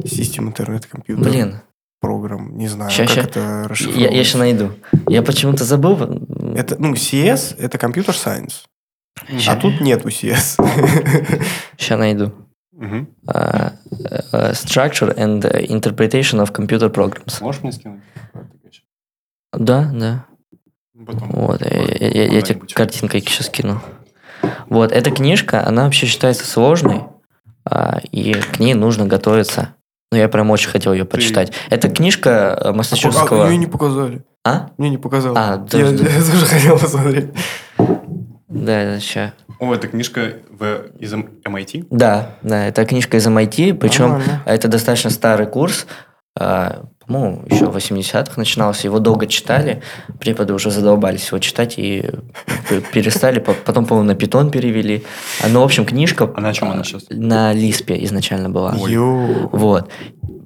Speaker 1: System Internet Computer
Speaker 4: Блин,
Speaker 1: Program. Не знаю,
Speaker 4: Ща,
Speaker 1: как
Speaker 4: ща.
Speaker 1: это расшифровано.
Speaker 4: я, сейчас найду. Я почему-то забыл.
Speaker 1: Это, ну, CS – это компьютер Science. А
Speaker 4: Ща,
Speaker 1: тут нету CS.
Speaker 4: ща найду.
Speaker 5: Мгм.
Speaker 4: А, э, Structure and Interpretation of Computer Programs.
Speaker 5: Можешь мне скинуть?
Speaker 4: Да, да.
Speaker 5: Ну, Потом.
Speaker 4: Вот, я, я- я- я тебе
Speaker 5: Куда-нибудь.
Speaker 4: картинкой сейчас кину. Вот, эта книжка, она вообще считается сложной, а, и к ней нужно готовиться. Ну, я прям очень хотел ее почитать. Это книжка э,
Speaker 1: А,
Speaker 4: Массачусетского...
Speaker 1: Мне не показали.
Speaker 4: А?
Speaker 1: Мне не показали.
Speaker 4: А,
Speaker 1: Я
Speaker 4: тоже-
Speaker 1: я тоже хотел посмотреть.
Speaker 4: Да, сейчас.
Speaker 5: О, это книжка в- из М- MIT?
Speaker 4: Да, да, это книжка из MIT, причем
Speaker 1: Нормально.
Speaker 4: А это достаточно старый курс, а, по-моему, еще в 80-х начинался, его долго читали, преподы уже задолбались его читать и <laughs> п- перестали, по- потом, по-моему, на питон перевели. А, Ну, в общем, книжка...
Speaker 5: А на чем
Speaker 4: а,
Speaker 5: она сейчас?
Speaker 4: На Лиспе изначально была.
Speaker 1: Йоу.
Speaker 4: Вот.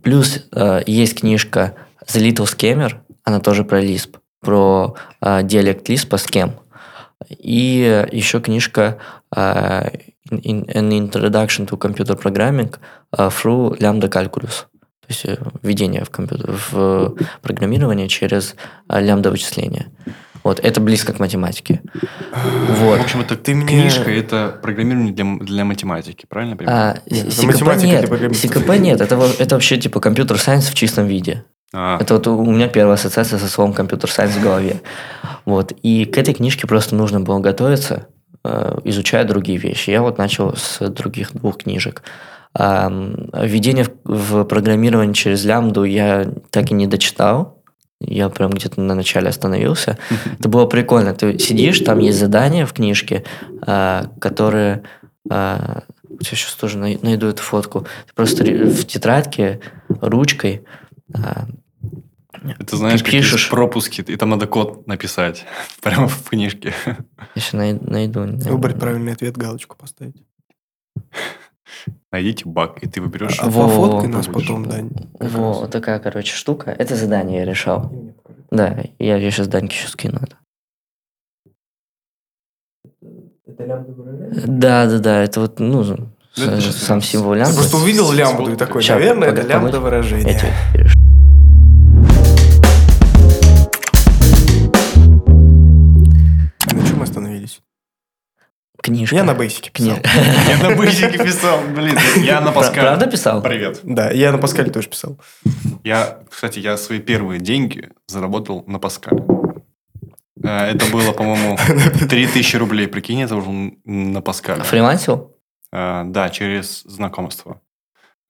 Speaker 4: Плюс э, есть книжка The Little Scammer, она тоже про Лисп, про э, диалект Лиспа скем. И э, еще книжка э, In- An Introduction to Computer Programming э, through Lambda Calculus. То есть э, введение в, компьютер, в программирование через э, лямбда вычисления. Вот, это близко к математике. Вот.
Speaker 5: В общем, это
Speaker 1: Ты мне-
Speaker 5: книжка, это программирование для, м- для математики, правильно? я понимаю?
Speaker 4: А,
Speaker 1: Нет, это
Speaker 4: CKP
Speaker 1: математика для
Speaker 4: нет,
Speaker 1: программистов.
Speaker 4: CKP нет, это, во- это вообще типа компьютер-сайенс в чистом виде.
Speaker 5: А,
Speaker 4: Это вот у меня первая ассоциация со словом компьютер сайенс в голове. Вот. И к этой книжке просто нужно было готовиться, э, изучая другие вещи. Я вот начал с других двух книжек. Ам, Введение в- в программирование через лямбду я так и не дочитал. Я прям где-то на начале остановился. Это было э, прикольно. Ты сидишь, там есть задания в книжке, а, которые а, я сейчас тоже най- найду эту фотку. Ты просто ре- в тетрадке ручкой а,
Speaker 5: <laughs> Это знаешь,
Speaker 4: Ты
Speaker 5: какие
Speaker 4: пишешь.
Speaker 5: пропуски, и там надо код написать. <laughs> Прямо в книжке.
Speaker 4: я сейчас найду.
Speaker 1: Выбрать правильный ответ, галочку поставить.
Speaker 5: Найдите баг, и ты выберешь.
Speaker 1: А
Speaker 4: Во.
Speaker 1: пофоткай нас
Speaker 5: Побольше,
Speaker 1: потом,
Speaker 5: да.
Speaker 1: Дань. как
Speaker 4: Во,
Speaker 1: раз.
Speaker 4: вот такая, короче, штука. Это задание я решал. Да, я, я сейчас Даньке еще скину это. Да, да, да, это вот, ну, с-
Speaker 5: это же
Speaker 4: сам
Speaker 5: с-
Speaker 4: символ
Speaker 1: Ты
Speaker 4: лямбда.
Speaker 1: просто увидел
Speaker 5: с-
Speaker 1: лямбду и
Speaker 5: с-
Speaker 1: такой,
Speaker 4: ща,
Speaker 1: наверное, это
Speaker 4: погоди,
Speaker 1: лямбда
Speaker 4: погоди.
Speaker 1: выражение.
Speaker 4: Я тебе переш-
Speaker 1: На чем мы остановились?
Speaker 4: Книжка.
Speaker 1: Я на бейсике писал.
Speaker 4: Кни- <laughs>
Speaker 5: Я на бысике писал, блин. Я на
Speaker 4: Пра- Правда
Speaker 5: Паскале.
Speaker 4: писал?
Speaker 5: Привет.
Speaker 1: Да, я на Паскале тоже
Speaker 4: <laughs>
Speaker 1: писал.
Speaker 5: Я, кстати, я свои первые деньги заработал на Паскале. Э, Это было, по-моему, 3000 рублей. Прикинь, я заработал на
Speaker 4: А
Speaker 5: Паскале.
Speaker 4: Фримансил?
Speaker 5: Э, Да, через знакомство.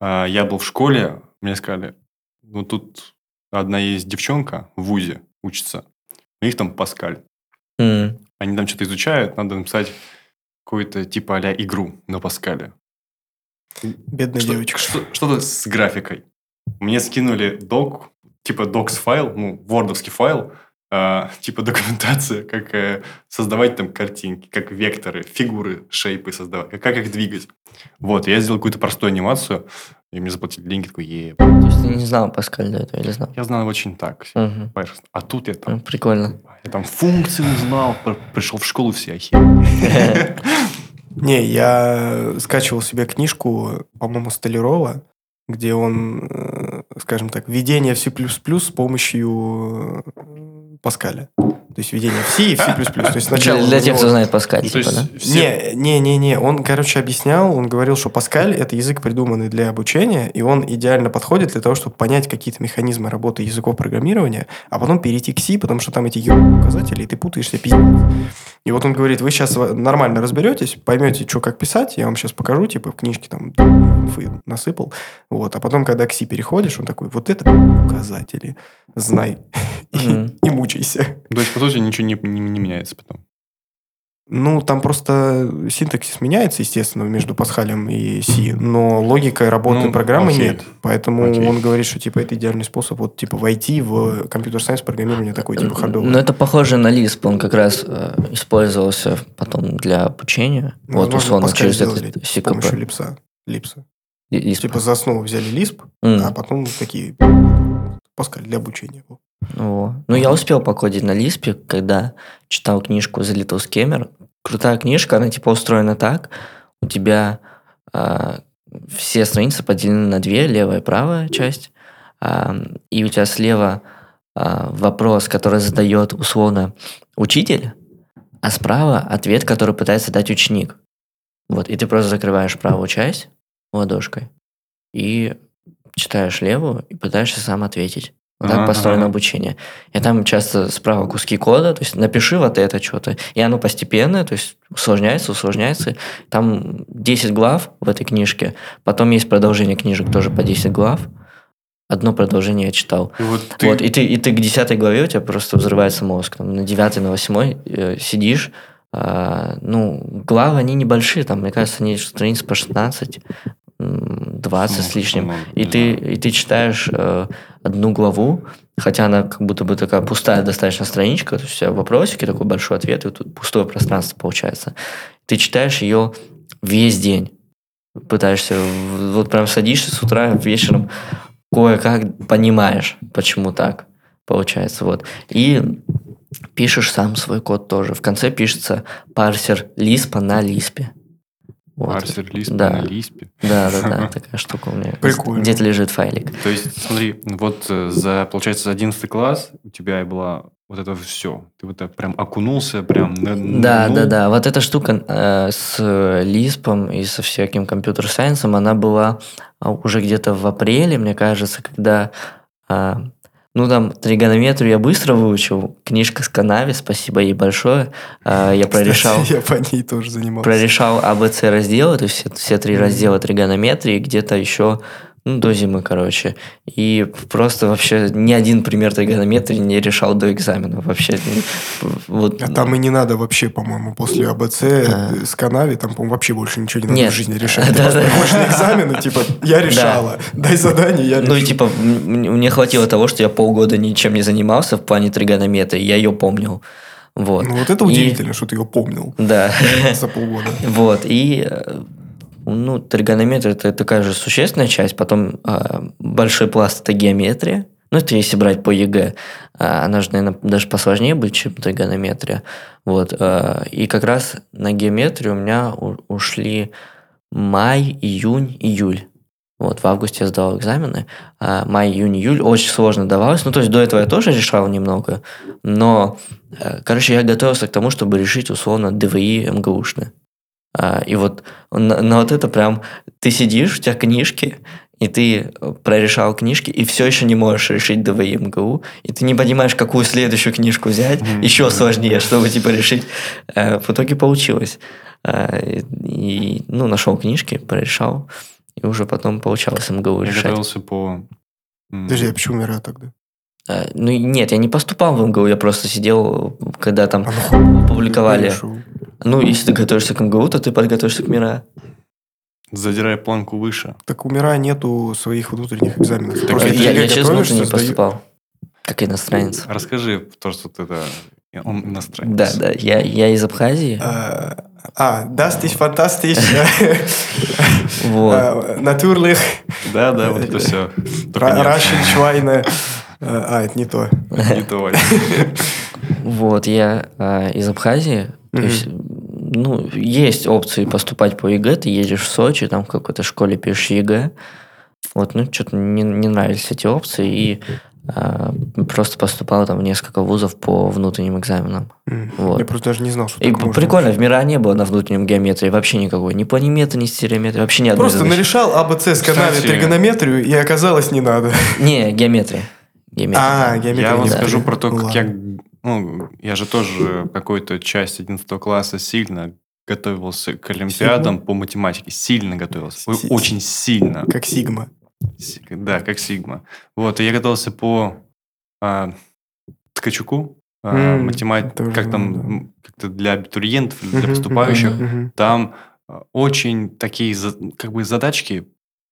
Speaker 5: Э, Я был в школе, мне сказали, ну тут одна есть девчонка в ВУЗе учится, у них там Паскаль.
Speaker 4: М,
Speaker 5: Они там что-то изучают, надо написать какую-то типа а игру на Паскале.
Speaker 1: Бедная
Speaker 5: Что-
Speaker 1: девочка.
Speaker 5: что- Что-то с графикой. Мне скинули док, типа докс файл, ну, вордовский файл, э, типа документация, как э, создавать там картинки, как векторы, фигуры, шейпы создавать, как, как их двигать. Вот, я сделал какую-то простую анимацию, и мне заплатили деньги, такой, е
Speaker 4: То есть ты не знал Паскаль до этого или знал?
Speaker 5: Я знал очень так.
Speaker 4: Мгм.
Speaker 5: поверхностно. А тут я там,
Speaker 1: <laughs>
Speaker 4: М, Прикольно.
Speaker 5: я там функции узнал, пр- пришел в школу все Ну, охерели.
Speaker 1: Не, я скачивал себе книжку, по-моему, Столярова, где он, э, скажем так, введение в C++ с помощью э, Паскаля. То есть введение в C и в C++. То
Speaker 4: <laughs>
Speaker 1: есть сначала...
Speaker 4: Для,
Speaker 1: у
Speaker 4: для тех,
Speaker 1: него-
Speaker 4: кто знает Паскаль,
Speaker 5: Ну,
Speaker 4: типа, да?
Speaker 5: все-
Speaker 1: Не, не, не, не. Он, короче, объяснял, он говорил, что Паскаль это язык, придуманный для обучения, и он идеально подходит для того, чтобы понять какие-то механизмы работы языков программирования, а потом перейти к C, потому что там эти ё- указатели, и ты путаешься, пиздец. И вот он говорит, вы сейчас нормально разберетесь, поймете, что как писать, я вам сейчас покажу, типа в книжке там инфы насыпал, вот. А потом, когда к C переходишь, он такой, вот это указатели, знай <laughs> и,
Speaker 4: Мгм.
Speaker 1: и мучайся.
Speaker 5: То есть, по сути, ничего не, не- не меняется потом.
Speaker 1: Ну, там просто синтаксис меняется, естественно, между Пасхалем и Си, но логика работы
Speaker 5: Ну,
Speaker 1: программы
Speaker 5: окей.
Speaker 1: нет. Поэтому
Speaker 5: Окей.
Speaker 1: он говорит, что типа это идеальный способ вот типа войти в компьютер-сайенс программирование такой типа ходовый.
Speaker 4: Ну, это похоже на Lisp, он как раз э, использовался потом для обучения. вот
Speaker 1: Возможно,
Speaker 4: условно
Speaker 1: Паскаль
Speaker 4: через
Speaker 1: сделали
Speaker 4: этот
Speaker 1: с помощью
Speaker 4: CKP.
Speaker 1: липса. Липса.
Speaker 4: Lisp.
Speaker 1: Типа за основу взяли лисп,
Speaker 4: М,
Speaker 1: а потом такие Паскаль для обучения. был.
Speaker 4: во. Ну, я успел покодить на Lisp, когда читал книжку The Little Scammer. Крутая книжка, она типа устроена так. У тебя а, все страницы поделены на две, левая и правая часть. А, и у тебя слева а, вопрос, который задает условно учитель, а справа ответ, который пытается дать ученик. Вот, и ты просто закрываешь правую часть ладошкой и читаешь левую и пытаешься сам ответить. Вот так
Speaker 5: Ага,
Speaker 4: построено
Speaker 5: ага.
Speaker 4: обучение. И там часто справа куски кода, то есть напиши вот это что-то. И оно постепенно, то есть усложняется, усложняется. Там 10 глав в этой книжке, потом есть продолжение книжек тоже по 10 глав. Одно продолжение я читал.
Speaker 5: И вот ты-
Speaker 4: Вот, и ты, и ты к десятой главе у тебя просто взрывается мозг. Там, на девятой, на восьмой э, сидишь. а, ну, главы, они небольшие, там, мне кажется, они страниц по 16, м, 20 с
Speaker 5: Много,
Speaker 4: лишним.
Speaker 5: много,
Speaker 4: И
Speaker 5: да.
Speaker 4: ты, и ты читаешь э, одну главу, хотя она как будто бы такая пустая достаточно страничка, то есть у тебя вопросики, такой большой ответ, и тут пустое пространство получается. Ты читаешь ее весь день. Пытаешься, в- вот прям садишься с утра, вечером кое-как понимаешь, почему так получается. Вот. И пишешь сам свой код тоже. В конце пишется парсер лиспа на лиспе. Вот.
Speaker 5: Парсер Lisp
Speaker 4: Да.
Speaker 5: на Lisp.
Speaker 4: Да, да, да, такая штука у меня.
Speaker 1: Прикольно.
Speaker 4: Где-то лежит файлик.
Speaker 5: То есть, смотри, вот э, за, получается, за 11 класс у тебя и была вот это все. Ты вот так прям окунулся, прям на-
Speaker 4: Да,
Speaker 1: Ну,
Speaker 5: нырнул.
Speaker 4: да, да. Вот эта штука э, с Лиспом и со всяким компьютер-сайенсом, она была а, уже где-то в апреле, мне кажется, когда... а, ну, там, тригонометрию я быстро выучил. Книжка с Канави, спасибо ей большое. А, я прорешал... А
Speaker 1: Кстати, <laughs> Я по ней тоже занимался.
Speaker 4: прорешал АБЦ разделы, то есть все, все три раздела тригонометрии, где-то еще Ну, до зимы, короче. И просто вообще ни один пример тригонометрии не решал до экзамена.
Speaker 1: <laughs>
Speaker 4: Вообще, ну, вот...
Speaker 1: А там и не надо вообще, по-моему, после АБЦ
Speaker 4: А.
Speaker 1: с Канави, там, по-моему, вообще больше ничего не надо
Speaker 4: Нет.
Speaker 1: в жизни
Speaker 4: <laughs>
Speaker 1: решать. Ты
Speaker 4: Да,
Speaker 1: просто
Speaker 4: да.
Speaker 1: приходишь на экзамены, типа, я решала, дай задание, я
Speaker 4: Ну, и
Speaker 1: решу.
Speaker 4: типа, м- м- мне хватило того, что я полгода ничем не занимался в плане тригонометрии, я ее помнил. Вот.
Speaker 1: Ну, вот это
Speaker 4: И-
Speaker 1: удивительно, что ты его помнил
Speaker 4: Да. <laughs>
Speaker 1: за полгода.
Speaker 4: Вот, и э, ну, тригонометрия это такая же существенная часть, потом э, большой пласт это геометрия, ну, это если брать по ЕГЭ, А, она же, наверное, даже посложнее будет, чем тригонометрия, вот, э, и как раз на геометрию у меня у- ушли май, июнь, июль, вот, в августе я сдал экзамены, а, май, июнь, июль очень сложно давалось, ну, то есть до этого я тоже решал немного, но, э, короче, я готовился к тому, чтобы решить, условно, ДВИ МГУшные, а, и вот на, на вот это прям ты сидишь, у тебя книжки, и ты э, прорешал книжки, и все еще не можешь решить ДВИ МГУ, и ты не понимаешь, какую следующую книжку взять,
Speaker 5: Мгм.
Speaker 4: еще сложнее, чтобы типа решить. Э, В итоге получилось. Э, И, ну, нашел книжки, прорешал, и уже потом получалось МГУ
Speaker 5: Я
Speaker 4: решать.
Speaker 5: готовился по... м,
Speaker 1: Подожди, а почему умираю тогда?
Speaker 4: Э, Ну, и нет, я не поступал в МГУ, я просто сидел, когда
Speaker 1: А
Speaker 4: там
Speaker 1: нахуй я
Speaker 4: публиковали.
Speaker 1: решил?
Speaker 4: Ну, если ты готовишься к МГУ, то ты подготовишься к МИРА.
Speaker 5: Задирая планку выше.
Speaker 1: Так у Мира нету своих внутренних экзаменов. Ты Просто
Speaker 5: а
Speaker 4: Я,
Speaker 5: ты
Speaker 1: ЕГЭ
Speaker 4: я, через
Speaker 1: готовишься,
Speaker 4: внутренний
Speaker 1: сдаё-
Speaker 4: поступал, как иностранец.
Speaker 5: Расскажи то, что ты... да, Он иностранец.
Speaker 4: Да, да, я, я из Абхазии.
Speaker 1: А, а, дастись, фантастич,
Speaker 4: <laughs> Вот.
Speaker 1: а, натюрлих,
Speaker 5: Да, да, вот это все.
Speaker 1: ра- рашен, швайна. А, это не то.
Speaker 5: Не то, Вань.
Speaker 4: Вот, я а, из Абхазии. То
Speaker 1: Мгм.
Speaker 4: есть, ну, есть опции поступать по ЕГЭ, ты едешь в Сочи, там в какой-то школе пишешь ЕГЭ. Вот, ну, что-то не, не нравились эти опции, и а, просто поступал там в несколько вузов по внутренним экзаменам.
Speaker 1: М.
Speaker 4: Вот.
Speaker 1: Я просто даже не знал, что
Speaker 4: И
Speaker 1: так можно.
Speaker 4: прикольно, в МИРА не было на внутреннем геометрии, вообще никакой. Ни планиметрии, ни стереометрии, вообще ни одной
Speaker 1: Просто
Speaker 4: задачи.
Speaker 1: нарешал АБЦ с канаве
Speaker 5: Кстати.
Speaker 1: тригонометрию, и оказалось, не надо.
Speaker 4: Не, геометрия. Геометрия.
Speaker 1: А, геометрия.
Speaker 5: Я вам
Speaker 1: не
Speaker 5: скажу
Speaker 1: надо.
Speaker 5: про то,
Speaker 1: Ну
Speaker 5: как
Speaker 1: ладно.
Speaker 5: я... Ну, я же тоже какой-то часть 11 класса сильно готовился к олимпиадам по математике. Сильно готовился. Ой,
Speaker 1: Си-
Speaker 5: Очень сильно.
Speaker 1: Как Сигма.
Speaker 5: Си- Да, как Сигма. Вот, и я готовился по а, Ткачуку. а,
Speaker 1: М,
Speaker 5: математи-
Speaker 1: тоже
Speaker 5: Как там...
Speaker 1: надо.
Speaker 5: м, Как-то для абитуриентов, или для
Speaker 1: Мгм,
Speaker 5: поступающих.
Speaker 1: мгм, мгм.
Speaker 5: Там а, очень такие за- как бы задачки,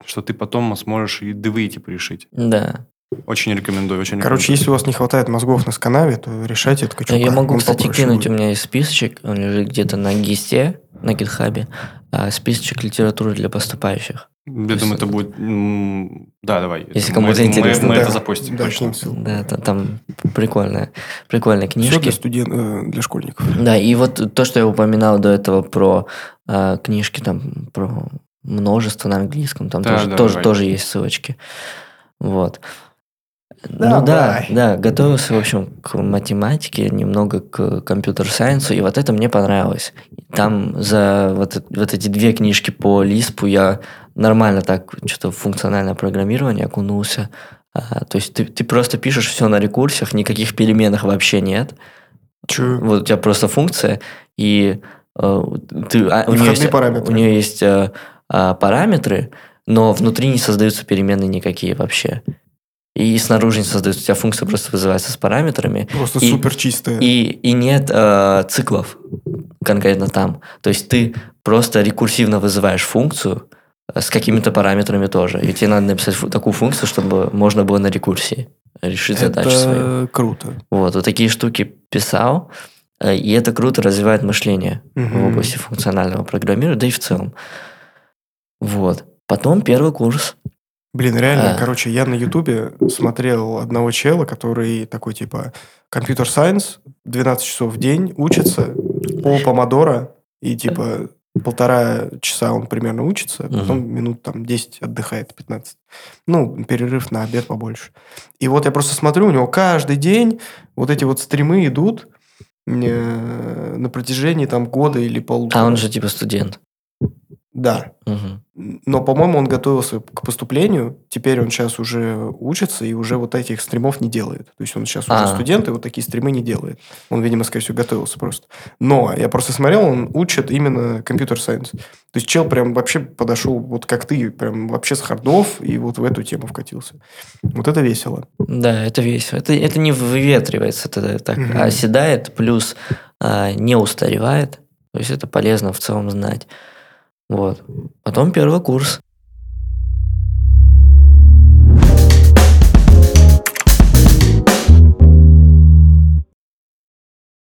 Speaker 5: что ты потом сможешь и ДВИ типа решить.
Speaker 4: Да.
Speaker 5: Очень рекомендую, очень
Speaker 1: Короче, если у вас не хватает мозгов на сканаве, то решайте это качука.
Speaker 4: Я могу,
Speaker 1: Он
Speaker 4: кстати,
Speaker 1: попроще
Speaker 4: кинуть, у
Speaker 1: будет.
Speaker 4: меня есть списочек, он лежит где-то на гисте, на гитхабе, а, списочек литературы для поступающих.
Speaker 5: Я думаю, это будет... м, Да, давай.
Speaker 4: Если
Speaker 5: Мы-
Speaker 4: кому-то
Speaker 5: мы-
Speaker 4: интересно,
Speaker 5: Мы
Speaker 4: да.
Speaker 5: это запустим,
Speaker 1: Да,
Speaker 5: точно.
Speaker 1: кинь ссылку.
Speaker 4: Да, та- там прикольная, прикольные
Speaker 1: Все для
Speaker 4: книжки.
Speaker 1: студен- э, для школьников.
Speaker 4: Да, и вот то, что я упоминал до этого про а, книжки, там, про множество на английском, там
Speaker 5: Да,
Speaker 4: тоже,
Speaker 5: да,
Speaker 4: тоже,
Speaker 5: давай.
Speaker 4: тоже есть ссылочки. Вот. Ну да,
Speaker 1: Давай.
Speaker 4: да, готовился, в общем, к математике, немного к компьютер-сайенсу, и вот это мне понравилось. Там за вот, э- вот эти две книжки по Лиспу я нормально так что-то в функциональное программирование окунулся. А, то есть ты, ты просто пишешь все на рекурсиях, никаких переменных вообще нет.
Speaker 1: Че?
Speaker 4: Вот у тебя просто функция, и э, ты, а,
Speaker 1: И
Speaker 4: у, нее
Speaker 1: входные
Speaker 4: есть,
Speaker 1: параметры.
Speaker 4: у нее есть э, а, параметры, но внутри не создаются переменные никакие вообще. И снаружи не создаются. У тебя функция просто вызывается с параметрами,
Speaker 1: Просто
Speaker 4: И-
Speaker 1: супер чистая.
Speaker 4: и, и нет э, циклов конкретно там. То есть ты просто рекурсивно вызываешь функцию э, с какими-то параметрами тоже. И тебе надо написать фу- такую функцию, чтобы можно было на рекурсии решить задачу свою.
Speaker 1: Это круто.
Speaker 4: Вот, вот такие штуки писал, э, и это круто развивает мышление в
Speaker 1: Мгм.
Speaker 4: области функционального программирования, да и в целом. Вот. Потом первый курс.
Speaker 1: Блин, реально,
Speaker 4: А.
Speaker 1: короче, я на Ютубе смотрел одного чела, который такой, типа, компьютер-сайенс, 12 часов в день учится, по помодоро, и, типа, полтора часа он примерно учится, а потом минут, там, 10 отдыхает, 15. Ну, перерыв на обед побольше. И вот я просто смотрю, у него каждый день вот эти вот стримы идут э, на протяжении, там, года или полутора.
Speaker 4: А он же типа студент.
Speaker 1: Да.
Speaker 4: Мгм.
Speaker 1: Но, по-моему, он готовился к поступлению. Теперь он сейчас уже учится и уже вот этих стримов не делает. То есть он сейчас уже
Speaker 4: А.
Speaker 1: студент и вот такие стримы не делает. Он, видимо, скорее всего, готовился просто. Но я просто смотрел, он учит именно компьютер-сайенс. То есть чел прям вообще подошел, вот как ты, прям вообще с хардов и вот в эту тему вкатился. Вот это весело.
Speaker 4: Да, это весело. Это, это не выветривается, это так а
Speaker 1: Мгм.
Speaker 4: оседает, плюс а, не устаревает. То есть это полезно в целом знать. Вот. Потом первый курс.